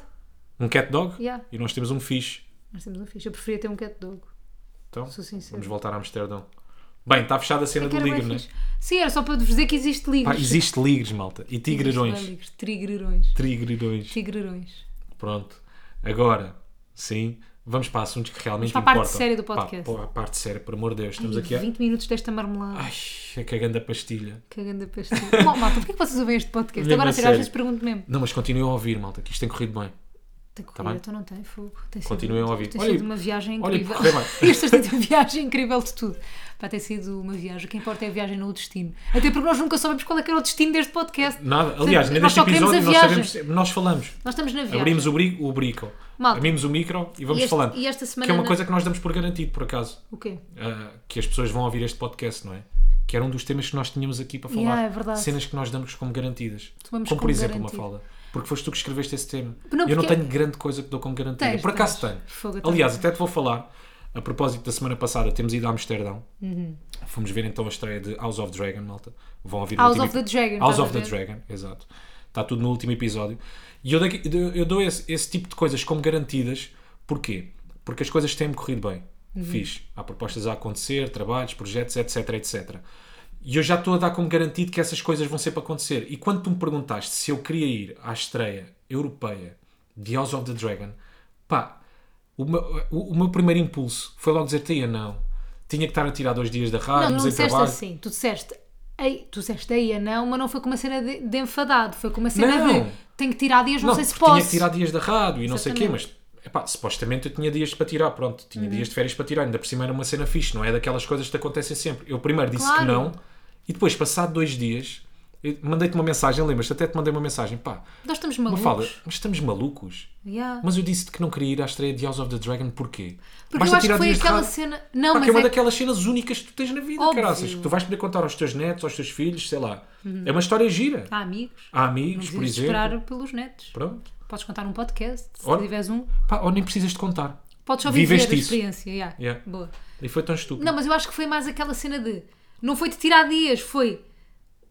S2: Um cat dog
S1: Yeah.
S2: e nós temos um fish.
S1: Nós temos um fixe. Eu preferia ter um Cat Dog.
S2: Então,
S1: Sou sincera.
S2: vamos voltar a Amsterdão. Bem, está fechada a cena
S1: Que
S2: do
S1: era
S2: ligre,
S1: bem
S2: não é?
S1: fixe. Sim, era só para vos dizer que existe
S2: Pá,
S1: livros.
S2: existe ligres, malta.
S1: Existe
S2: E
S1: bem
S2: tigreirões.
S1: livros. Trigreirões.
S2: Tigreirões.
S1: Tigreirões.
S2: Pronto. Agora, sim, vamos para assuntos que realmente
S1: Vamos para a parte
S2: importam.
S1: séria do
S2: Pá,
S1: podcast.
S2: pô, a parte séria, por amor de Deus. Estamos
S1: Ai,
S2: aqui a...
S1: 20 minutos desta marmelada.
S2: Ai, é cagando a pastilha.
S1: Cagando a pastilha. Bom, malta, porquê que vocês ouvem este podcast?
S2: Mesmo
S1: Agora,
S2: a
S1: a sério, às
S2: sério.
S1: vezes pergunto mesmo.
S2: Não, mas continuem a ouvir, malta, que isto tem corrido bem.
S1: Tem
S2: Tá bem.
S1: corrida, então não tem fogo. Tem sido-
S2: Continuem a ouvir.
S1: Tem
S2: Olha,
S1: sido uma viagem
S2: olha,
S1: incrível.
S2: correu bem.
S1: Esta tem sido uma viagem incrível de tudo. Pá, tem sido uma viagem. O que importa é a viagem, não o destino. Até porque nós nunca sabemos qual é que era o destino deste podcast.
S2: Nada, aliás, nem
S1: nós
S2: neste
S1: só queremos a
S2: episódio nós
S1: viagem.
S2: sabemos, nós falamos.
S1: Nós estamos na viagem.
S2: Abrimos o, brico, o brico,
S1: Malta.
S2: abrimos o micro e vamos
S1: E este-
S2: falando.
S1: e esta semana
S2: Que é uma
S1: não-
S2: coisa que nós damos por garantido, por acaso.
S1: O quê?
S2: Ah, que as pessoas vão ouvir este podcast, não é? Que era um dos temas que nós tínhamos aqui para falar.
S1: Yeah, é verdade.
S2: Cenas que nós damos como garantidas.
S1: Tomamos
S2: como, por
S1: como
S2: exemplo,
S1: garantido.
S2: uma falda. Porque foste tu que escreveste esse tema.
S1: Não,
S2: eu não
S1: porque- é
S2: tenho grande coisa que dou como garantida.
S1: Tens,
S2: por acaso
S1: tens.
S2: tenho.
S1: Fogo, eu
S2: Aliás,
S1: também.
S2: até te vou falar. A propósito da semana passada, temos ido a Amsterdão.
S1: Uhum.
S2: Fomos ver então a estreia de House of Dragon, malta. Vão ouvir o
S1: House
S2: último
S1: of
S2: epi-
S1: the Dragon,
S2: House
S1: estás
S2: of
S1: a
S2: the
S1: ver?
S2: Dragon, exato. Está tudo no último episódio. E eu, daqui- eu- eu dou esse, esse tipo de coisas como garantidas. Porquê? Porque as coisas têm-me corrido bem.
S1: Uhum.
S2: Fiz. Há propostas a acontecer, trabalhos, projetos, etc, etc. E eu já estou a dar como garantido que essas coisas vão sempre acontecer. E quando tu me perguntaste se eu queria ir à estreia europeia de House of the Dragon, pá, o meu, o- o meu primeiro impulso foi logo dizer-te, "Ia, não, tinha que estar a tirar dois dias da
S1: Não,
S2: rádio,
S1: não
S2: mas em
S1: disseste
S2: trabalho.
S1: assim. Tu disseste. Ei, tu disseste aí, não, mas não foi com uma cena de, de enfadado, foi com uma cena
S2: Não.
S1: de tenho que tirar dias, não, sei se
S2: porque
S1: posso.
S2: tinha que tirar dias da rádio e não sei o quê,
S1: Exatamente. Uhum.
S2: mas epá, supostamente eu tinha dias para tirar, pronto, tinha dias de férias para tirar, ainda por cima era uma cena fixe, não é daquelas coisas que te acontecem sempre. Eu primeiro disse que
S1: Claro.
S2: não e depois, passado dois dias, eu mandei-te uma mensagem, lembras-te, até te mandei uma mensagem, pá,
S1: Nós estamos
S2: uma
S1: malucos.
S2: fala, mas estamos malucos.
S1: Yeah.
S2: Mas eu disse-te que não queria ir à estreia de House of the Dragon, porquê?
S1: Porque eu acho que foi
S2: de
S1: aquela
S2: rádio.
S1: cena. Não,
S2: Pá,
S1: mas
S2: que é uma
S1: é que-
S2: daquelas cenas únicas que tu tens na vida,
S1: Óbvio.
S2: caraças, que tu vais poder contar aos teus netos, aos teus filhos, sei lá. É uma história gira.
S1: Há amigos.
S2: Há
S1: Uhum. Não
S2: amigos, por
S1: precisas
S2: exemplo.
S1: esperar pelos netos.
S2: Pronto.
S1: Podes contar um podcast, se
S2: Olha.
S1: tiveres um.
S2: Pá, ou nem precisas de contar.
S1: Podes só viver
S2: Viveste
S1: a
S2: isso.
S1: experiência. yeah.
S2: Yeah.
S1: Boa.
S2: E foi tão estúpido.
S1: Não, mas eu acho que foi mais aquela cena de. Não foi de tirar dias, foi.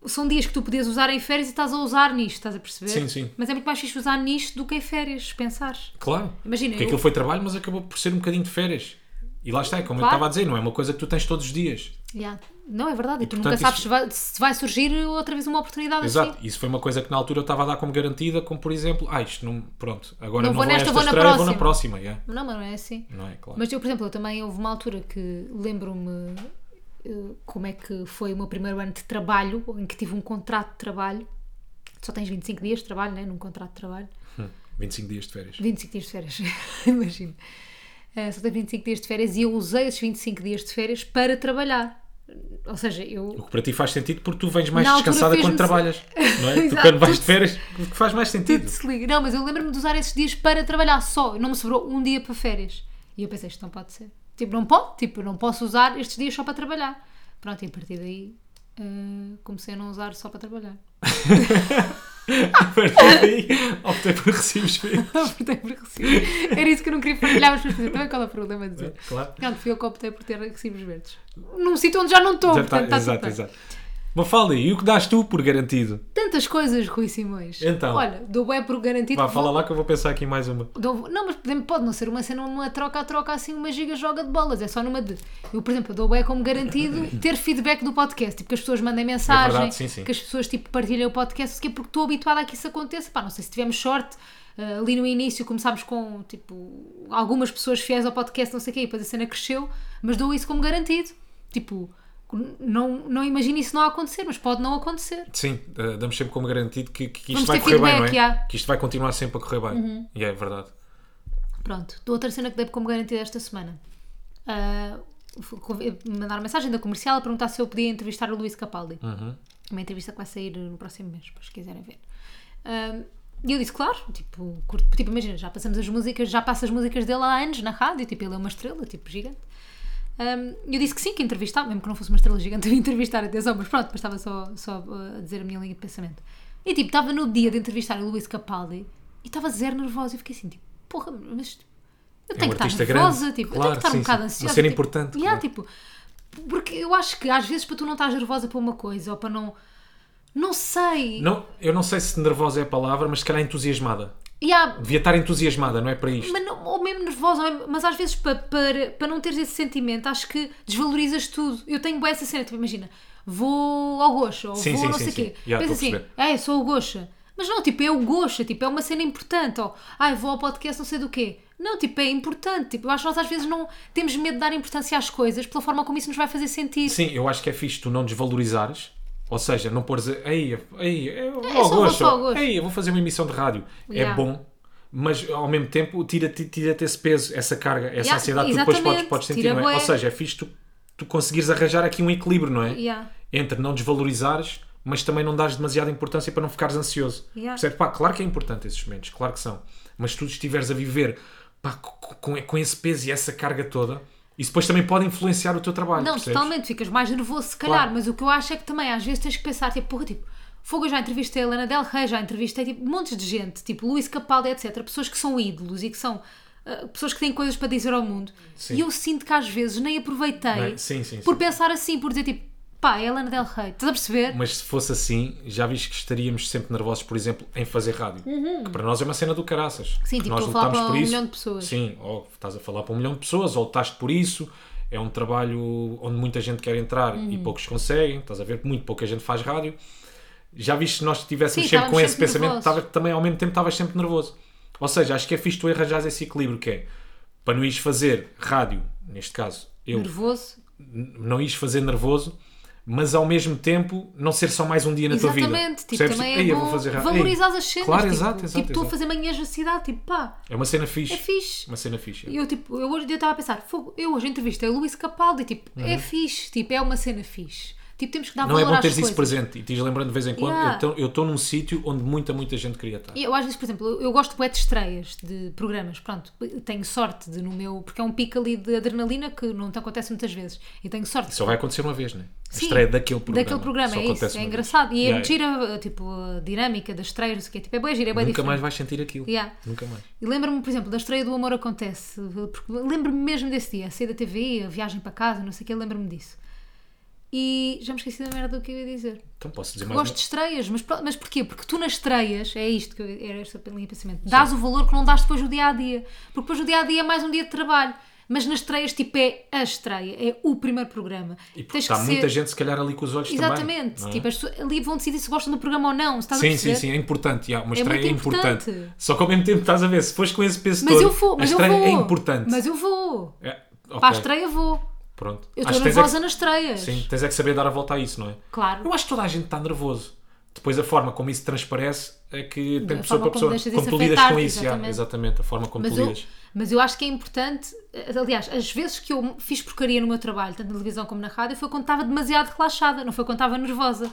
S1: São dias que tu podias usar em férias e estás a usar nisto, estás a perceber?
S2: Sim, sim.
S1: Mas é muito mais fixe usar nisto do que em férias, se pensares.
S2: Claro.
S1: Imagina,
S2: Porque
S1: eu-
S2: aquilo foi trabalho, mas acabou por ser um bocadinho de férias. E lá está, é como eu
S1: Claro.
S2: estava a dizer, não é uma coisa que tu tens todos os dias.
S1: Yeah. Não, é verdade. E tu nunca
S2: portanto,
S1: sabes
S2: isso-
S1: se, vai, se vai surgir outra vez uma oportunidade
S2: Exato.
S1: assim.
S2: Isso foi uma coisa que na altura eu estava a dar como garantida, como por exemplo, ah, isto não. Pronto, agora
S1: Não
S2: não,
S1: vou
S2: a
S1: nesta,
S2: esta
S1: vou na
S2: estreia, vou na
S1: próxima.
S2: próxima. yeah.
S1: Não, mas não é assim.
S2: Não é, claro.
S1: Mas eu, por exemplo, eu também houve uma altura que lembro-me eh, como é que foi o meu primeiro ano de trabalho, em que tive um contrato de trabalho. Só tens 25 dias de trabalho, né? Num contrato de trabalho.
S2: 25 dias de férias.
S1: 25 dias de férias, imagino. eh, só tenho 25 dias de férias e eu usei esses 25 dias de férias para trabalhar. Ou seja, eu.
S2: O que para ti faz sentido porque tu vens mais
S1: Na altura
S2: descansada quando
S1: fez-me-
S2: trabalhas. Não é? tu
S1: Exato.
S2: quando vais de férias, o que faz mais
S1: Tudo
S2: sentido.
S1: se liga. Não, mas eu lembro-me de usar esses dias para trabalhar só. Não me sobrou um dia para férias. E eu pensei, isto não pode ser. Tipo, não pode. Tipo, eu não posso usar estes dias só para trabalhar. Pronto, e a partir daí eh, comecei a não usar só para trabalhar.
S2: A partir daí, optei por recibos verdes.
S1: Optei por recibos. Era isso que eu não queria partilhar, mas depois também qual é o problema de dizer?
S2: Claro.
S1: Pronto, fui eu que optei por ter recibos verdes. Num sítio onde já não estou,
S2: Já
S1: portanto está
S2: está, exato,
S1: tudo bem.
S2: exato. Mafalda, e o que dás tu por garantido?
S1: Tantas coisas, Rui Simões.
S2: Então.
S1: Olha, dou bem por garantido.
S2: Vá,
S1: que
S2: fala
S1: vou-
S2: lá que eu vou pensar aqui mais uma.
S1: dou- não, mas podemos- pode não ser uma cena, uma troca a troca assim, uma giga joga de bolas. É só numa de. Eu, por exemplo, dou bem como garantido ter feedback do podcast. Tipo, que as pessoas mandem mensagem,
S2: É sim, sim.
S1: que as pessoas tipo, partilhem o podcast, não sei o quê, porque estou habituada a que isso aconteça. Pá, não sei se tivemos sorte. ah, ali no início começámos com tipo algumas pessoas fiéis ao podcast, não sei o quê, e depois a cena cresceu, mas dou isso como garantido. Tipo, não, não imagino isso não acontecer, mas pode não acontecer.
S2: Sim, eh, damos sempre como garantido que, que isto
S1: Vamos
S2: vai
S1: ter
S2: correr bem, não é?
S1: feedback, Uhum. já.
S2: Que isto vai continuar sempre a correr bem. E é verdade.
S1: Pronto, do outra cena que dei como garantida esta semana. Ah, fui- convi- mandar uma mensagem da comercial a perguntar se eu podia entrevistar o Luís Capaldi. Uma entrevista que vai sair no próximo mês, para os que quiserem ver. Ah, E eu disse, claro, tipo, curto- tipo, imagina, já passamos as músicas, já passo as músicas dele há anos na rádio, tipo, ele é uma estrela, tipo, gigante. Hum, eu disse que sim, que entrevistava, mesmo que não fosse uma estrela gigante, eu ia entrevistar, atenção, mas pronto, mas estava só, só uh, a dizer a minha linha de pensamento. E tipo, estava no dia de entrevistar o Luís Capaldi e estava zero nervosa. Eu fiquei assim, tipo, porra, mas tipo, eu tenho
S2: um
S1: que
S2: artista
S1: estar
S2: grande,
S1: nervosa, tipo, eu
S2: claro,
S1: tenho que estar
S2: sim,
S1: um bocado
S2: sim. Uma
S1: ansiosa.
S2: cena
S1: tipo,
S2: importante,
S1: yeah,
S2: claro.
S1: tipo, porque eu acho que às vezes para tu não estás nervosa para uma coisa ou para não. Não sei.
S2: Não, eu não sei se nervosa é a palavra, mas se calhar entusiasmada.
S1: Yeah,
S2: Devia estar entusiasmada, não é para isto?
S1: Mas não- ou mesmo nervosa, ou mesmo- mas às vezes para, para, para não teres esse sentimento, acho que desvalorizas tudo. Eu tenho bué essa cena, tipo, imagina, vou ao Goxa, ou
S2: Sim,
S1: vou
S2: sim,
S1: não
S2: sim,
S1: sei o
S2: sim.
S1: quê.
S2: Já,
S1: Pensa
S2: estou a
S1: assim,
S2: perceber.
S1: é, sou o Goxa. Mas não, tipo, é o Goxa, tipo, é uma cena importante, ou, ai, vou ao podcast não sei do quê. Não, tipo, é importante. Tipo, eu acho que nós às vezes não temos medo de dar importância às coisas pela forma como isso nos vai fazer sentir.
S2: Sim, eu acho que é fixe tu não desvalorizares. Ou seja, não pôres. Ei, ei, eu vou
S1: eu
S2: ao
S1: É, só vou
S2: gosto.
S1: só ao gosto.
S2: Ei, eu vou fazer uma emissão de rádio. É
S1: Yeah.
S2: bom, mas ao mesmo tempo tira-te tira esse peso, essa carga, essa
S1: Yeah,
S2: ansiedade que tu depois podes,
S1: exatamente.
S2: podes sentir,
S1: Tira
S2: não é?
S1: bué.
S2: Ou seja, é fixe tu, tu conseguires arranjar aqui um equilíbrio, não é?
S1: Yeah.
S2: Entre não desvalorizares, mas também não dares demasiada importância para não ficares ansioso.
S1: Yeah.
S2: Percebes? Pá, claro que é importante esses momentos, claro que são. Mas se tu estiveres a viver pá, co- com, com esse peso e essa carga toda, isso depois também pode influenciar o teu trabalho.
S1: Não,
S2: percebes?
S1: totalmente, ficas mais nervoso se calhar,
S2: Claro.
S1: mas o que eu acho é que também às vezes tens que pensar, tipo, porra, tipo, Fogo, eu já entrevistei a Helena Del Rey, já entrevistei tipo, montes de gente, tipo Luís Capaldi, etc. Pessoas que são ídolos e que são ah, pessoas que têm coisas para dizer ao mundo.
S2: Sim.
S1: E eu sinto que às vezes nem aproveitei
S2: Bem, sim, sim,
S1: por
S2: sim.
S1: pensar assim, por dizer tipo, pá, é a Helena Del Rey, estás a perceber?
S2: Mas se fosse assim, já viste que estaríamos sempre nervosos, por exemplo, em fazer rádio. Que para nós é uma cena do caraças.
S1: Uhum. Sim,
S2: Porque
S1: tipo,
S2: nós
S1: estou a falar
S2: lutámos
S1: para
S2: por
S1: um
S2: isso.
S1: milhão de pessoas.
S2: Sim, ou estás a falar para um milhão de pessoas, ou lutaste por isso. É um trabalho onde muita gente quer entrar e
S1: Uhum.
S2: poucos conseguem. Estás a ver que muito pouca gente faz rádio. Já viste que nós estivéssemos
S1: Sim,
S2: sempre com
S1: estávamos
S2: esse
S1: sempre
S2: pensamento,
S1: nervosos.
S2: estava- também ao mesmo tempo estavas sempre nervoso. Ou seja, acho que é fixe tu arranjares esse equilíbrio que é para não ires fazer rádio, neste caso, eu
S1: Nervoso.
S2: n- não ires fazer nervoso, mas ao mesmo tempo não ser só mais um dia na tua vida.
S1: Exatamente, tipo,
S2: Percebes?
S1: também é
S2: Ei, eu
S1: bom
S2: vou fazer ra-
S1: valorizar
S2: Ei,
S1: as cenas.
S2: Claro,
S1: tipo,
S2: exato, exato.
S1: Tipo, estou a
S2: exato.
S1: fazer manhãs da cidade, tipo, pá,
S2: É uma cena fixe.
S1: é fixe.
S2: Uma cena fixe. é.
S1: E Eu, tipo, eu hoje eu estava a pensar, fogo, eu hoje entrevistei o Luís Capaldi, tipo, é fixe, tipo, é uma cena fixe. Tipo, temos que dar
S2: Uhum. Não é
S1: valor
S2: bom
S1: às
S2: teres
S1: coisas.
S2: isso presente e te lembrando de vez em quando.
S1: Yeah.
S2: eu tô- Eu estou num sítio onde muita, muita gente queria estar.
S1: E Eu às vezes, por exemplo, eu- eu gosto bué de estreias de programas, pronto, tenho sorte de no meu, porque é um pico ali de adrenalina que não te acontece muitas vezes, e tenho sorte.
S2: Só vai acontecer uma vez, não é? A
S1: Sim,
S2: estreia daquele programa.
S1: Daquele programa,
S2: Só
S1: é
S2: acontece
S1: isso, é
S2: uma vez.
S1: engraçado. E é
S2: Yeah, yeah.
S1: gira, tipo, a dinâmica das estreias, não sei o quê, tipo, é boa gira, é boa
S2: Nunca
S1: diferente.
S2: mais vais sentir aquilo.
S1: Yeah.
S2: Nunca mais.
S1: E lembro-me, por exemplo, da estreia do Amor Acontece. porque Lembro-me mesmo desse dia, a saída da TV, a viagem para casa, não sei o que, lembro-me disso. E já me esqueci da merda do que eu ia dizer.
S2: Então posso dizer mais
S1: Gosto de estreias, mas, pro- mas porquê? Porque tu nas estreias, é isto que eu, era este o meu pensamento, dás o valor que não dás depois no dia a dia. Porque depois no dia a dia é mais um dia de trabalho. Mas nas estreias, tipo, é a estreia, é o primeiro programa.
S2: E porque está muita gente, se calhar, ali com os olhos
S1: Exatamente.
S2: também. não é?
S1: tipo, as pessoas ali vão decidir se gostam do programa ou não. se Estás a
S2: Sim,
S1: perceber?
S2: sim, sim, é importante. Yeah, uma
S1: É
S2: estreia é
S1: muito
S2: importante.
S1: importante.
S2: Só que ao mesmo tempo estás a ver, se fores com esse peso
S1: Mas
S2: todo,
S1: eu vou, mas
S2: a estreia
S1: eu vou.
S2: é importante.
S1: Mas eu vou.
S2: É, ok.
S1: Para a estreia vou.
S2: Pronto.
S1: Eu
S2: Acho
S1: estou
S2: que tens é que-
S1: nervosa nas estreias.
S2: Sim, tens é que saber dar a volta a isso, não é?
S1: Claro.
S2: Eu acho que toda a gente está nervoso. Depois a forma como isso transparece é que
S1: Da
S2: tem pessoa
S1: forma
S2: para
S1: como
S2: pessoa.
S1: deixas
S2: Como
S1: isso
S2: tu lidas com
S1: afetar-te,
S2: isso, já,
S1: exatamente.
S2: exatamente. A forma como
S1: Mas
S2: tu
S1: eu,
S2: lidas.
S1: mas eu acho que é importante, eh, aliás, as vezes que eu fiz porcaria no meu trabalho, tanto na televisão como na rádio, foi quando estava demasiado relaxada, não foi quando estava nervosa.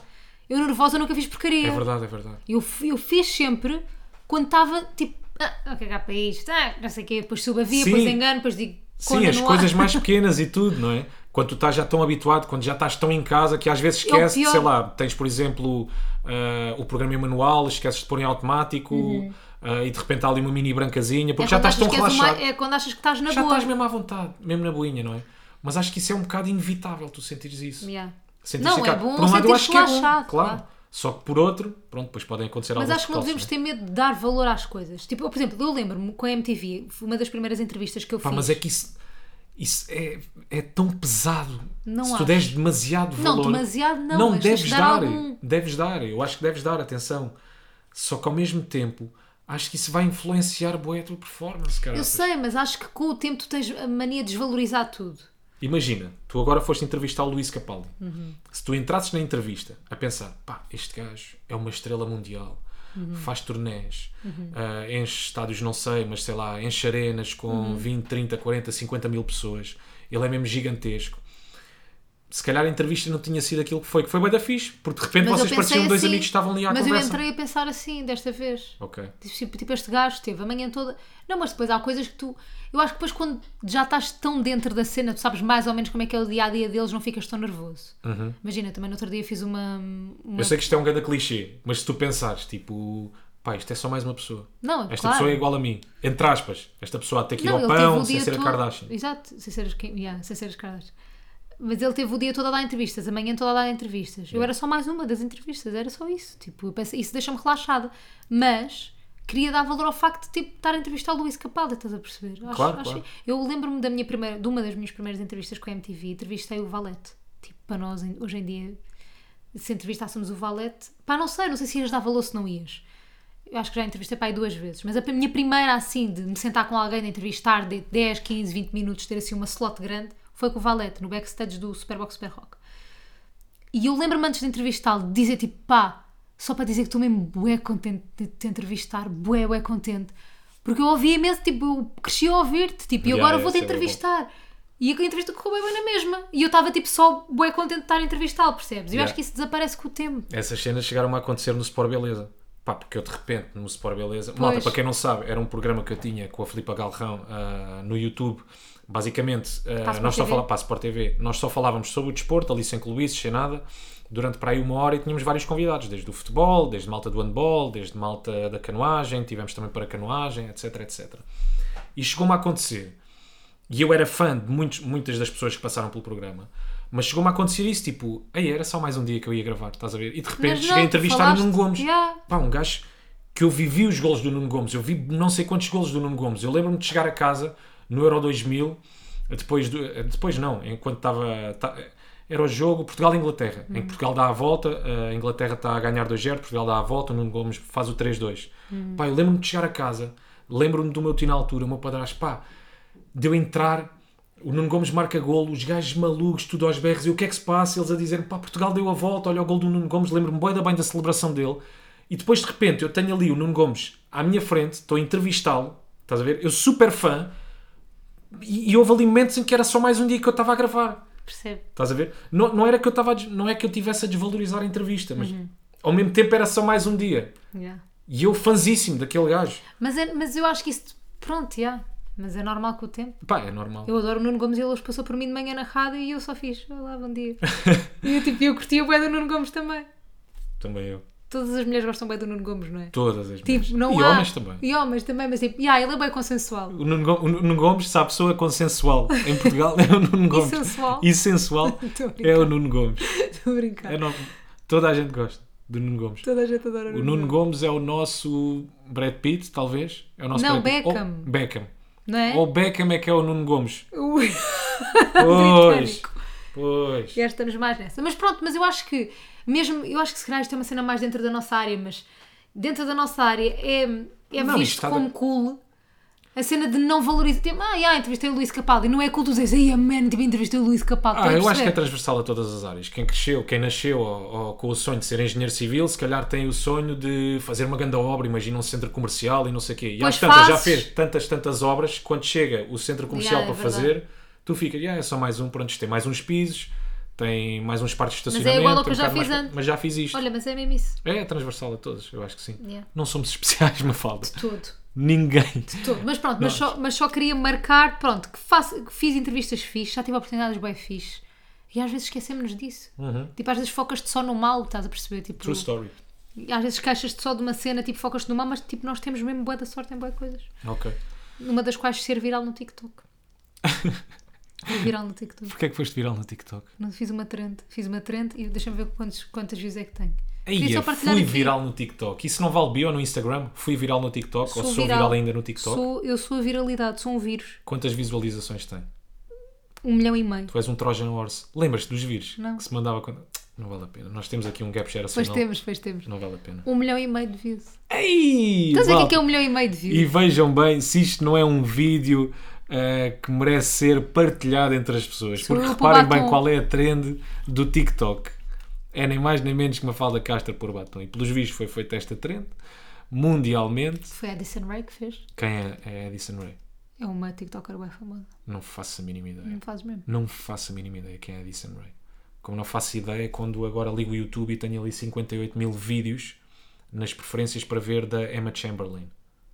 S1: Eu nervosa nunca fiz porcaria.
S2: É verdade, é verdade.
S1: Eu, f- eu fiz sempre quando estava tipo, ah, vou cagar para isto, ah, não sei o quê, depois subo a via,
S2: Sim.
S1: depois engano, depois digo,
S2: Sim,
S1: conta
S2: as
S1: no ar.
S2: coisas mais pequenas e tudo, não é? Quando tu estás já tão habituado, quando já estás tão em casa que às vezes
S1: É o
S2: esqueces,
S1: pior.
S2: sei lá, tens por exemplo ah, o programa em manual, esqueces de pôr em automático ah, e de repente há ali uma mini brancazinha, porque
S1: Uhum. É
S2: já
S1: quando
S2: estás
S1: achas
S2: tão
S1: que és uma-
S2: relaxado.
S1: é quando achas que estás na
S2: Já
S1: boa.
S2: estás mesmo à vontade, mesmo na boinha, não é? Mas acho que isso é um bocado inevitável, tu sentires isso.
S1: Yeah.
S2: Sentires-te
S1: Não,
S2: cá-
S1: é bom
S2: por um lado eu
S1: sentir-te
S2: acho que é bom,
S1: relaxado,
S2: claro.
S1: claro.
S2: Só que por outro, pronto, depois podem acontecer
S1: Mas
S2: alguns
S1: acho que não devemos
S2: percalços,
S1: ter medo de dar valor às coisas. Tipo, eu, por exemplo, eu lembro-me com a MTV, foi uma das primeiras entrevistas que eu
S2: Pá,
S1: fiz.
S2: mas é que isso, isso é, é tão pesado.
S1: Não
S2: Se tu
S1: acho.
S2: deres demasiado
S1: Não,
S2: valor.
S1: demasiado não, mas tens
S2: deves
S1: de dar
S2: dar.
S1: algum-
S2: Deves dar. Eu acho que deves dar atenção. Só que ao mesmo tempo, acho que isso vai influenciar boa a tua performance, cara.
S1: Eu sei, mas acho que com o tempo tu tens a mania de desvalorizar tudo.
S2: Imagina, tu agora foste entrevistar o Luís Capaldi. Se tu entrasses na entrevista a pensar, pá, este gajo é uma estrela mundial,
S1: Uhum.
S2: faz turnés, ah, enche estádios, não sei, mas sei lá, enche arenas com
S1: Uhum.
S2: 20, 30, 40, 50 mil pessoas, ele é mesmo gigantesco. Se calhar a entrevista não tinha sido aquilo que foi, que foi bem da fixe, porque de repente
S1: Mas
S2: É vocês
S1: eu pensei
S2: pareciam dois
S1: assim,
S2: amigos que estavam ali à
S1: Mas
S2: conversa.
S1: eu entrei a pensar assim, desta vez.
S2: Ok.
S1: Tipo, tipo, este gajo teve a manhã toda. Não, mas depois há coisas que tu. Eu acho que depois, quando já estás tão dentro da cena, tu sabes mais ou menos como é que é o dia a dia deles, não ficas tão nervoso.
S2: Uhum.
S1: Imagina, também no outro dia fiz uma. hum, uma-
S2: Eu sei que isto é um grande clichê, mas se tu pensares, tipo, pá, isto é só mais uma pessoa.
S1: Não,
S2: Esta
S1: Oh, claro.
S2: pessoa é igual a mim. Entre aspas, esta pessoa até que ir
S1: Não,
S2: ao
S1: ele teve
S2: pão,
S1: o
S2: sem
S1: dia
S2: ser a
S1: todo-
S2: Kardashian.
S1: Exato, sem ser, as Kim- yeah, sem ser as Kardashian. Mas ele teve o dia todo a dar entrevistas, a manhã toda a dar entrevistas. Eu era só mais uma das entrevistas, era só isso. Tipo, eu pensei, isso deixa-me relaxada. Mas queria dar valor ao facto de tipo, estar a entrevistar o Luís Capaldi, estás a perceber? Acho-
S2: Claro,
S1: acho-
S2: claro.
S1: Eu lembro-me da minha primeira, de uma das minhas primeiras entrevistas com a MTV, entrevistei o Valete. Tipo, para nós em- hoje em dia, se entrevistássemos o Valete, pá, não sei, não sei se ias dar valor se não ias. Eu acho que já entrevistei pai duas vezes, mas a minha primeira, assim, de me sentar com alguém, de entrevistar de 10, 15, 20 minutos, ter assim uma slot grande, foi com o Valete, no backstage do Superbox Super Rock. E eu lembro-me antes de entrevistá-lo de dizer tipo, pá, só para dizer que estou mesmo bué contente de te entrevistar, bué, bué contente. Porque eu ouvi imenso, tipo, eu cresci a ouvir-te, tipo, e
S2: Yeah,
S1: agora
S2: yeah,
S1: vou-te
S2: isso é bué bom.
S1: entrevistar. E a entrevista correu bem na mesma. E eu estava, tipo, só bué contente de estar a entrevistá-lo, percebes? E eu
S2: Yeah.
S1: acho que isso desaparece com o tempo.
S2: Essas cenas chegaram a acontecer no Sport Beleza. Pá, porque eu de repente no Sport Beleza. Malta, para quem não sabe, era um programa que eu tinha com a Filipa Galrão ah, no YouTube. Basicamente, ah,
S1: Para a Sport
S2: nós só
S1: TV.
S2: falávamos para a Sport TV, nós só falávamos sobre o desporto, ali sem clubices, sem nada, durante para aí uma hora e tínhamos vários convidados, desde o futebol, desde malta do handball, desde malta da canoagem, tivemos também para canoagem, etc, etc. E chegou-me a acontecer, e eu era fã de muitos, muitas das pessoas que passaram pelo programa, mas chegou-me a acontecer isso, tipo, aí era só mais um dia que eu ia gravar, estás a ver? E de repente
S1: Mas
S2: cheguei a
S1: não,
S2: entrevistar
S1: falaste-
S2: o Nuno Gomes.
S1: Yeah.
S2: Pá, um gajo que eu vivi os golos do Nuno Gomes, eu vi não sei quantos golos do Nuno Gomes. Eu lembro-me de chegar a casa no Euro 2000, depois, do, eh, depois não, enquanto estava. ta- eh, Era o jogo Portugal-Inglaterra, em que Portugal dá a volta, eh, a Inglaterra está a ganhar 2-0, Portugal dá a volta, o Nuno Gomes faz o 3-2. Pá, eu lembro-me de chegar a casa, lembro-me do meu tio na altura, o meu padrasto, pá, de eu entrar, o Nuno Gomes marca golo, os gajos malucos, tudo aos berros, e o que é que se passa? Eles a dizerem, pá, Portugal deu a volta, olha o gol do Nuno Gomes, lembro-me bem da bem da celebração dele, e depois de repente eu tenho ali o Nuno Gomes à minha frente, estou a entrevistá-lo, estás a ver? Eu super fã, e, e houve ali momentos em que era só mais um dia que eu estava a gravar,
S1: Percebe?
S2: estás a ver? Não, não era que eu estava, a des- não é que eu tivesse a desvalorizar a entrevista, mas
S1: Uhum.
S2: ao mesmo tempo era só mais um dia,
S1: Yeah.
S2: e eu fanzíssimo daquele gajo,
S1: Mas, é- mas eu acho que isso. Pronto, já. Mas é normal com o tempo.
S2: pá, é normal.
S1: Eu adoro o Nuno Gomes e ele hoje passou por mim de manhã na rádio e eu só fiz. Olá, bom dia. e eu, tipo, eu curti o bué do Nuno Gomes também.
S2: Também eu.
S1: Todas as mulheres gostam bem do Nuno Gomes, não é?
S2: Todas as mulheres.
S1: Tipo, não
S2: E
S1: há.
S2: homens também.
S1: E homens também, mas tipo, yeah, ele é bem consensual.
S2: O Nuno, Go- o Nuno Gomes, se há pessoa consensual em Portugal, é o Nuno Gomes.
S1: sensual.
S2: E sensual
S1: Estou a brincar.
S2: é o Nuno Gomes.
S1: Estou a brincar.
S2: É no- Toda a gente gosta do Nuno Gomes.
S1: Toda a gente adora
S2: O Nuno Gomes é o nosso Brad Pitt, talvez. É o nosso
S1: Não,
S2: Brad Pitt.
S1: Beckham.
S2: Ou Beckham.
S1: Não é?
S2: Ou Beckham é que é o Nuno Gomes.
S1: O-
S2: Pois.
S1: Britânico.
S2: Pois.
S1: Já estamos é mais nessa. Mas pronto, mas eu acho que, mesmo, eu acho que se calhar isto é uma cena mais dentro da nossa área, mas dentro da nossa área é, é
S2: Não, isto
S1: visto
S2: está
S1: como
S2: de-
S1: cool a cena de não valorizar. Tipo, ah, já, entrevistei o Luís Capaldi. Não é culto dizer, ei, a man, tipo, entrevistei o Luís Capaldi.
S2: Ah,
S1: Estás a
S2: eu acho que é
S1: perceber?
S2: transversal a todas as áreas. Quem cresceu, quem nasceu ou- ou com o sonho de ser engenheiro civil, se calhar tem o sonho de fazer uma grande obra, imagina um centro comercial e não sei o quê. E
S1: Pois
S2: às tantas já
S1: fazes.
S2: fez tantas, tantas obras, que quando chega o centro comercial
S1: Yeah, é
S2: para
S1: verdade.
S2: fazer, tu ficas, "Yeah, é só mais um, pronto, isto tem mais uns pisos, tem mais uns partes de
S1: é
S2: estacionamento.
S1: igual ao que
S2: tem um
S1: eu já
S2: bocado
S1: fiz
S2: mais-
S1: antes.
S2: Mas já fiz isto.
S1: Olha, mas é mesmo isso.
S2: É, é transversal a todos, eu acho que sim.
S1: Yeah.
S2: Não somos especiais, Mafalda.
S1: Tudo.
S2: Ninguém.
S1: Tudo. Mas pronto, mas só, mas só queria marcar, pronto, que, faço, que fiz entrevistas fixe, já tive oportunidades bem fixe. E às vezes esquecemos disso. Tipo, às vezes focas-te só no mal, estás a perceber? Tipo,
S2: Uhum. True story.
S1: e às vezes queixas-te só de uma cena, tipo, focas-te no mal, mas tipo, nós temos mesmo boa da sorte em boa coisas.
S2: Ok.
S1: Numa das quais ser viral no TikTok. Fui viral no TikTok.
S2: Porquê é que foste viral no TikTok?
S1: Não fiz uma trend, fiz uma trend e deixa-me ver quantos, quantas views é que tenho.
S2: Aí,
S1: Queria
S2: eu
S1: só partilhar
S2: fui
S1: aqui.
S2: viral no TikTok. Isso não vale bio no Instagram? Fui viral no TikTok ou sou viral, ainda no TikTok?
S1: Sou, eu sou a viralidade, sou um vírus.
S2: Quantas visualizações tem?
S1: Um milhão e meio.
S2: Tu és um Trojan Horse. Lembras-te dos vírus?
S1: Não.
S2: Que se mandava quando... Não vale a pena. Nós temos aqui um gap
S1: Pois
S2: geracional.
S1: temos, pois temos.
S2: Não vale a pena.
S1: Um milhão e meio de views.
S2: Ei!
S1: Estás a ver o que é que
S2: malta!
S1: é um milhão e meio de
S2: E
S1: views?
S2: vejam bem se isto não é um vídeo uh, que merece ser partilhado entre as pessoas.
S1: Sou
S2: porque
S1: eu por
S2: reparem bem
S1: batom.
S2: qual é a trend do TikTok. É nem mais nem menos que uma falda castra por batom. E pelos vistos foi feita esta trend mundialmente.
S1: Foi a Addison Rae que fez.
S2: Quem é, é Addison Ray?
S1: É uma TikToker bem famosa.
S2: Não faço a mínima ideia.
S1: Não fazes mesmo.
S2: Não faço a mínima ideia quem é Addison Ray. Como não faço ideia quando agora ligo o YouTube e tenho ali 58 mil vídeos nas preferências para ver da Emma Chamberlain.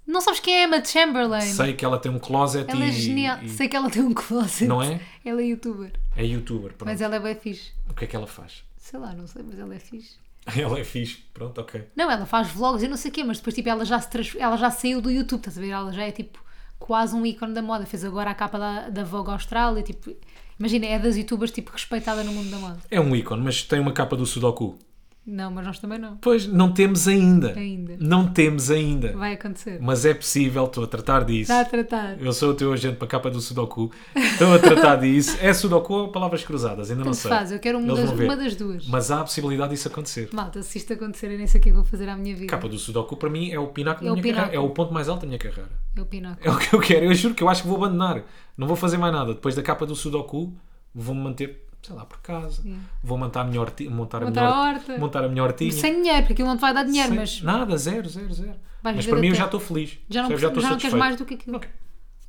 S1: Não sabes quem é a Emma Chamberlain?
S2: Sei que ela tem um closet
S1: Ela
S2: e,
S1: é genial.
S2: e
S1: Sei que ela tem um closet.
S2: Não é?
S1: Ela é youtuber.
S2: é youtuber. Pronto.
S1: Mas ela é bem fixe.
S2: O que é que ela faz?
S1: Sei lá, não sei, mas ela é fixe.
S2: Ela é fixe. Pronto, ok.
S1: Não, ela faz vlogs e não sei o quê, mas depois tipo, ela, já se trans- ela já saiu do YouTube, estás a ver? Ela já é tipo quase um ícone da moda. Fez agora a capa da, da Vogue Austrália. Tipo, imagina, é das youtubers tipo, respeitada no mundo da moda.
S2: É um ícone, mas tem uma capa do Sudoku.
S1: Não, mas nós também não.
S2: Pois, não temos ainda.
S1: Ainda.
S2: Não temos ainda.
S1: Vai Tá acontecer.
S2: Mas é possível, estou a tratar disso.
S1: Está a tratar.
S2: Eu sou o teu agente para a capa do Sudoku. Estou a tratar disso. É Sudoku ou palavras cruzadas? Ainda não
S1: Tanto
S2: sei.
S1: faz, eu quero uma
S2: Eles
S1: das,
S2: vão ver.
S1: uma das duas.
S2: Mas há a possibilidade disso acontecer.
S1: Malta, se isto acontecer, eu nem sei o que é que vou fazer à minha vida.
S2: A capa do Sudoku para mim é o pináculo
S1: É
S2: da
S1: o
S2: minha
S1: pináculo.
S2: carreira. É o ponto mais alto da minha carreira.
S1: É o Pinóquio.
S2: É o que eu quero. Eu juro que eu acho que vou abandonar. Não vou fazer mais nada. Depois da capa do Sudoku, vou-me manter, sei lá, por casa. Vou montar a minha, horti- montar a
S1: Montar
S2: minha
S1: a
S2: hor-
S1: horta.
S2: Montar a É minha hortinha.
S1: Sem dinheiro, porque aquilo não te vai dar dinheiro,
S2: Sem-
S1: mas
S2: Nada, zero, zero, zero.
S1: Vais
S2: Mas
S1: viver
S2: para mim eu
S1: até.
S2: já estou feliz.
S1: já não,
S2: Percebes?
S1: já
S2: estou
S1: não queres
S2: satisfeito.
S1: mais do Uhum. que aquilo.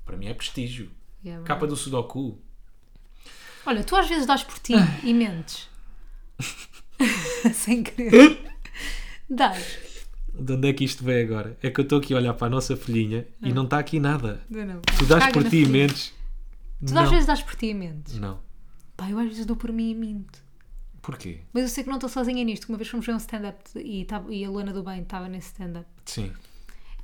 S2: Para mim é prestígio.
S1: Yeah,
S2: Capa do Sudoku.
S1: Olha, tu às vezes dás por ti e mentes. Sem querer. Dás.
S2: De onde é que isto vem agora? É que eu estou aqui a olhar para a nossa folhinha e não está aqui nada.
S1: Eu não.
S2: Tu dás
S1: Caga
S2: por
S1: na
S2: ti e
S1: ferida.
S2: mentes.
S1: Tu
S2: não.
S1: às vezes dás por ti e mentes.
S2: Não.
S1: Pá, eu às vezes dou por mim e minto.
S2: Porquê?
S1: Mas eu sei que não estou sozinha nisto. que Uma vez fomos ver um stand-up e, tava- e a Luana do Bem estava nesse stand-up.
S2: Sim.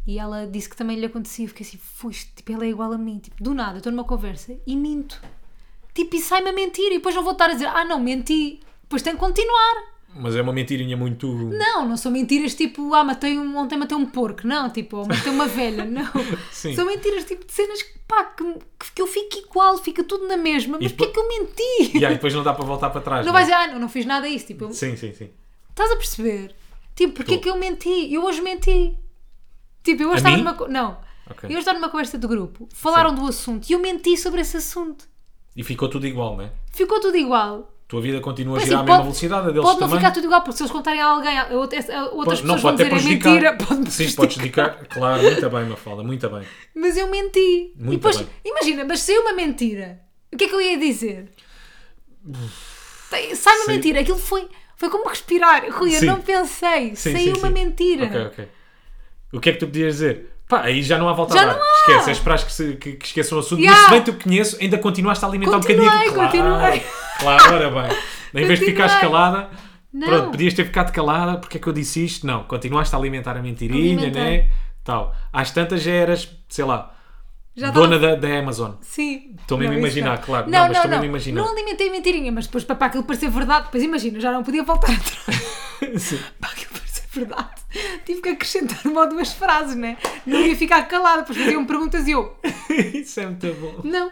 S1: E ela disse que também lhe acontecia. Eu fiquei assim, foste, tipo, ela é igual a mim. Tipo, do nada, eu estou numa conversa e minto. Tipo, e sai-me a mentir. E depois não vou estar a dizer, ah não, menti. Depois tenho que continuar.
S2: Mas é uma mentirinha muito.
S1: Não, não são mentiras tipo, ah, matei um, ontem matei um porco, não, tipo, ou matei uma velha, não.
S2: Sim.
S1: São mentiras tipo de cenas que, pá, que, que- que eu fico igual, fica tudo na mesma, mas
S2: E
S1: porquê é que eu menti?
S2: E aí depois não dá para voltar para trás.
S1: Não
S2: né?
S1: vais dizer, ah, não, não fiz nada isso, tipo, eu-
S2: Sim, sim, sim.
S1: estás a perceber? Tipo, porquê é
S2: Tô.
S1: que eu menti? Eu hoje menti. Tipo, eu hoje
S2: A
S1: estava
S2: mim?
S1: numa. co- Não.
S2: Ok.
S1: Eu hoje estava numa conversa de grupo, falaram do assunto e eu menti sobre esse assunto.
S2: E ficou tudo igual, né?
S1: Ficou tudo igual.
S2: Tua vida continua
S1: Pois
S2: a girar
S1: sim,
S2: à mesma
S1: pode-
S2: velocidade, a deles
S1: Pode não
S2: também.
S1: ficar tudo igual, porque se eles contarem a alguém, a outra- a outras
S2: Pode- não
S1: pessoas vão
S2: pode até
S1: dizer é
S2: prejudicar.
S1: mentira, pode-me
S2: Sim, podes dedicar. Claro, muito bem, Mafalda, muito bem.
S1: Mas eu menti.
S2: Muito
S1: e depois,
S2: bem.
S1: imagina, mas saiu uma mentira. O que é que eu ia dizer? Sai uma
S2: Saiu-
S1: mentira. Aquilo foi, foi como respirar. Rui, eu
S2: Sim.
S1: não pensei.
S2: Sim,
S1: saiu
S2: sim,
S1: uma
S2: sim.
S1: mentira.
S2: Ok, ok. O que é que tu podias dizer? Pá, aí já não há volta
S1: Já
S2: a dar.
S1: não há!
S2: Esquece, é esperar que, se- que- que esqueçam o assunto.
S1: Yeah.
S2: Mas se bem que eu conheço, ainda continuaste a alimentar um
S1: Continuei,
S2: bocadinho. Claro,
S1: continuei.
S2: Claro, ora bem. Em vez
S1: Continuei.
S2: de ficares calada,
S1: Não.
S2: pronto, podias ter ficado calada, porque é que eu disse isto? Não, continuaste a alimentar a mentirinha,
S1: Alimentei.
S2: né? Tal. Às tantas já eras, sei lá,
S1: Já
S2: dona da, da Amazon.
S1: Sim.
S2: Estou mesmo a
S1: Não, isso
S2: imaginar,
S1: não.
S2: claro. Não,
S1: Não,
S2: mas
S1: não,
S2: estou
S1: não.
S2: mesmo a imaginar.
S1: Não alimentei mentirinha, mas depois para, para aquilo parecer verdade, depois imagina, já não podia voltar atrás.
S2: Sim.
S1: para aquilo parecer verdade, tive que acrescentar uma ou duas frases, né? Não ia ficar calada, depois faziam perguntas e eu,
S2: Isso é muito bom.
S1: Não.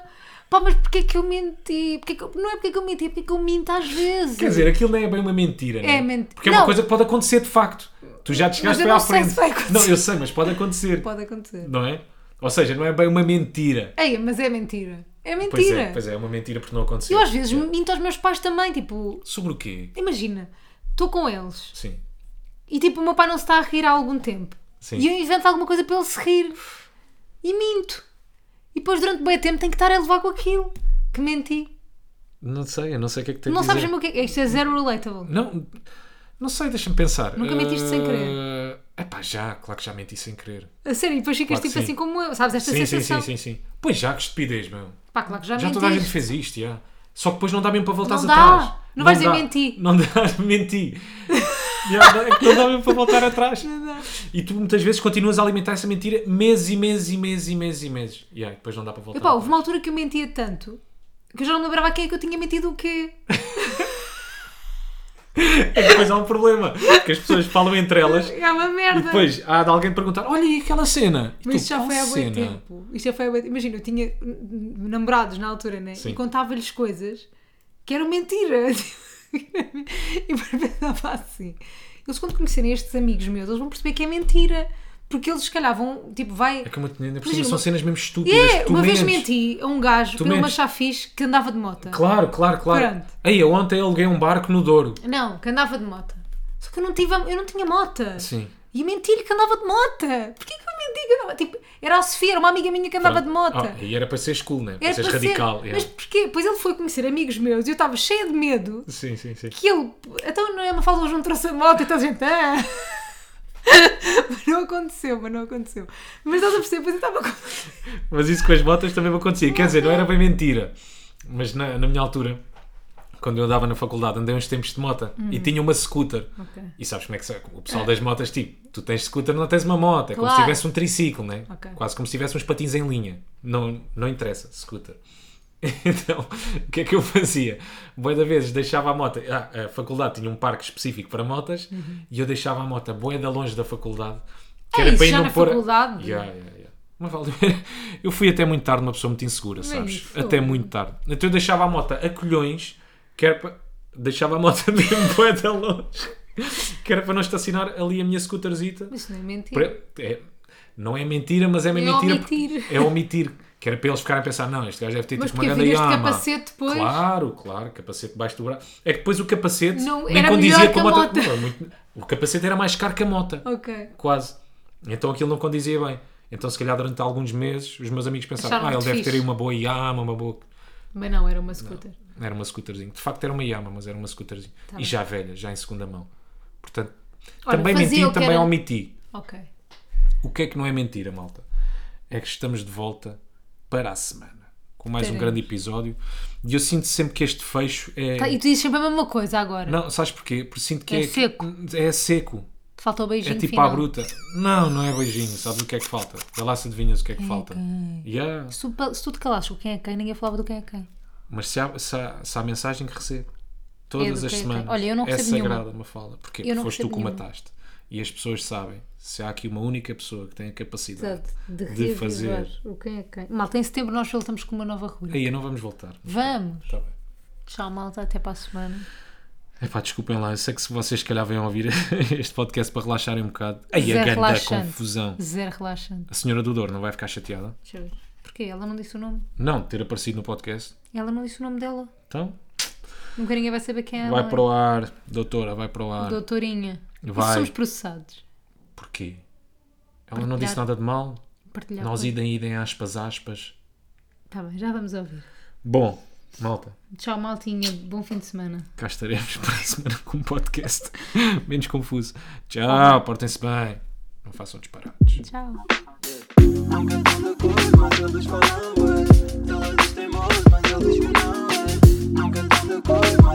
S1: Pá, mas porquê que eu menti? Porquê que eu- Não é porque é que eu menti, é porque é que eu minto às vezes.
S2: Quer dizer, aquilo não é bem uma mentira, não
S1: É mentira.
S2: Porque é uma
S1: Não.
S2: coisa que pode acontecer de facto. Tu já te chegaste
S1: eu
S2: bem à
S1: não sei
S2: frente.
S1: se vai acontecer.
S2: não, eu sei, mas pode acontecer.
S1: Pode acontecer.
S2: Não é? Ou seja, não é bem uma mentira.
S1: Ei, mas é mentira. É mentira.
S2: Pois é, pois é, é uma mentira porque não aconteceu. É.
S1: Eu às vezes minto aos meus pais também, tipo,
S2: Sobre o quê?
S1: imagina, estou com eles
S2: Sim.
S1: e tipo o meu pai não se está a rir há algum tempo.
S2: Sim.
S1: E eu invento alguma coisa para ele se rir. E minto. E depois durante bem tempo tenho que estar a levar com aquilo. Que menti.
S2: Não sei, eu não sei o que é que tem
S1: Não
S2: de dizer.
S1: sabes mesmo o que é. que é. Isto é zero relatable.
S2: Não, não sei, deixa-me pensar.
S1: Nunca mentiste sem
S2: querer. É pá, já, claro que já menti sem querer.
S1: A sério, e depois ficas
S2: Claro que
S1: tipo
S2: sim.
S1: assim como eu. Sabes, esta
S2: Sim, sim,
S1: sensação.
S2: sim, sim, sim. Pois já, que estupidez, meu.
S1: Pá, claro que já,
S2: Já
S1: mentiste.
S2: toda a gente fez isto, já. Só que depois não dá mesmo para voltar
S1: Não dá.
S2: atrás.
S1: Não vais dizer menti.
S2: Não dá, menti. Já, não- é que não dá mesmo para voltar atrás. E tu muitas vezes continuas a alimentar essa mentira meses e meses e meses e meses e meses. E aí, depois não dá para voltar
S1: Epá,
S2: atrás.
S1: houve uma altura que eu mentia tanto que eu já não me lembrava a quem é que eu tinha mentido o quê.
S2: E depois há um problema. Porque as pessoas falam entre elas
S1: É uma
S2: e
S1: merda.
S2: depois há de alguém perguntar: olha, e aquela cena? E
S1: Mas
S2: tu,
S1: isto já
S2: "Qual
S1: foi há muito
S2: cena?"
S1: tempo. Isto já foi há bué tempo. Imagina, eu tinha hum, namorados na altura, né?
S2: Sim.
S1: E contava-lhes coisas que eram mentira. e pensava assim. Eles quando conhecerem estes amigos meus, eles vão perceber que é mentira. Porque eles se calhar vão, tipo, vai...
S2: É que eu me ainda por
S1: Imagina,
S2: cima são
S1: uma-
S2: cenas mesmo estúpidas.
S1: É,
S2: tu
S1: uma vez
S2: mentes.
S1: menti a um gajo
S2: Tu
S1: pelo
S2: mentes.
S1: machafiz que andava de moto.
S2: Claro, claro, claro.
S1: Pronto.
S2: Aí, eu ontem aluguei um barco no Douro.
S1: Não, que andava de moto. Só que eu não, tive, a- eu não tinha moto.
S2: Sim.
S1: E eu menti-lhe que andava de moto. Porquê que eu menti que andava? Tipo, era a Sofia, era uma amiga minha que andava de moto.
S2: Ah, e era para seres cool, né? Para
S1: Era
S2: seres
S1: para ser-
S2: radical. é.
S1: Mas porquê? Pois ele foi conhecer amigos meus e eu estava cheia de medo
S2: Sim, sim, sim.
S1: que ele. Então não é uma fala hoje não trouxe a moto, então a gente. Ah! mas não aconteceu, mas não aconteceu. Mas estás a perceber, pois eu estava. com-
S2: Mas isso com as botas também me acontecia. Quer dizer, não era bem mentira. Mas na, na minha altura, quando eu andava na faculdade, andei uns tempos de moto e tinha uma scooter.
S1: Uhum. Ok.
S2: E sabes como é que se- o pessoal das motas, tipo, tu tens scooter, não tens uma moto. É como se
S1: Claro.
S2: tivesse um triciclo, né?
S1: Ok.
S2: Quase como se tivesse uns patins em linha. Não, não interessa, scooter. Então, o que é que eu fazia? Boa da vezes deixava a moto. Ah, a faculdade tinha um parque específico para motas e eu deixava a moto boa da longe da faculdade. Que
S1: Uhum. É isso, já na faculdade?
S2: Yeah, yeah, yeah. Mas vale, eu fui até muito tarde, uma pessoa muito insegura, sabes?
S1: isso.
S2: Até muito tarde. Então eu deixava a moto a colhões, que era para... deixava a moto mesmo bué da longe, que era para não estacionar ali a minha scooterzita.
S1: Mas isso não é mentira.
S2: Pre- é- não é mentira, mas é uma
S1: É
S2: mentira.
S1: omitir.
S2: porque- É omitir. Que era para eles ficarem a pensar, não, este gajo deve ter
S1: Mas
S2: tipo uma
S1: porque
S2: grande
S1: viraste
S2: yama.
S1: capacete depois?
S2: Claro, claro, capacete debaixo do braço. É que depois o capacete
S1: Não,
S2: nem
S1: era
S2: condizia
S1: melhor
S2: com a
S1: que a
S2: moto.
S1: moto.
S2: Não, é muito- O capacete era mais caro que a moto
S1: Ok.
S2: quase. Então aquilo não condizia bem. Então, se calhar, durante alguns meses, os meus amigos pensaram:
S1: Acharam
S2: ah, ele
S1: muito
S2: deve ter aí
S1: fixe."
S2: uma boa Yama, uma boa.
S1: Mas não, era uma scooter.
S2: Era uma scooterzinha. De facto, era uma Yama, mas era uma scooterzinha. e
S1: Tá bem.
S2: já velha, já em segunda mão. Portanto,
S1: Olha,
S2: também
S1: fazia
S2: menti,
S1: o que
S2: também
S1: era-
S2: omiti.
S1: Ok.
S2: O que é que não é mentira, malta? É que estamos de volta para a semana. Com mais um
S1: Teremos.
S2: grande episódio. E eu sinto sempre que este fecho é.
S1: Tá, E tu dizes sempre a mesma coisa agora.
S2: Não, sabes porquê? Porque sinto que
S1: É seco.
S2: É seco.
S1: Te falta o
S2: É
S1: beijinho
S2: tipo
S1: final.
S2: à bruta. Não, não é beijinho. Sabes o que é que falta? Vê lá se adivinhas o que é que falta. Yeah.
S1: Se tu, se tu te calaste o quem é quem, ninguém falava do quem é quem.
S2: Mas se há, se, há, se há mensagem que recebo, todas
S1: do
S2: as
S1: que é que-
S2: semanas,
S1: Olha, eu não
S2: é
S1: recebo nenhuma.
S2: sagrada uma fala. Porquê?
S1: Eu
S2: Porque
S1: não
S2: foste tu que
S1: recebo
S2: o
S1: nenhuma.
S2: mataste. E as pessoas sabem, se há aqui uma única pessoa que tem a capacidade
S1: Exato, de,
S2: de
S1: reavivar
S2: fazer.
S1: o quem é quem. Malta, em setembro nós voltamos com uma nova rubrica.
S2: Aí não vamos voltar.
S1: Vamos!
S2: Tá bem.
S1: Tchau, malta, até para a semana.
S2: Epá, desculpem lá, eu sei que se vocês se calhar vêm ouvir este podcast para relaxarem um bocado. Aí
S1: Zero
S2: a grande
S1: relaxante.
S2: confusão.
S1: Zero relaxante.
S2: A senhora do Dor não vai ficar chateada?
S1: Deixa eu ver. Porquê? Ela não disse o nome.
S2: Não, ter aparecido no podcast.
S1: Ela não disse o nome dela.
S2: Então,
S1: Nunca ninguém vai saber quem é ela.
S2: vai para o ar, doutora, vai para o ar.
S1: Doutorinha.
S2: Vai.
S1: E se somos processados.
S2: Porquê? Ela não
S1: Partilhar.
S2: disse nada de mal.
S1: Partilhar.
S2: Nós
S1: com-
S2: idem, idem, aspas, aspas.
S1: Tá bem, já vamos ouvir.
S2: Bom, malta,
S1: Tchau, maltinha. Bom fim de semana.
S2: cá estaremos para a semana com um podcast menos confuso. Tchau, portem-se bem. Não façam disparates.
S1: Tchau.
S3: I'm good on the court, my girl é. é. is fine with. Though I lose them all, my girl is renowned. I'm good on the court, my é.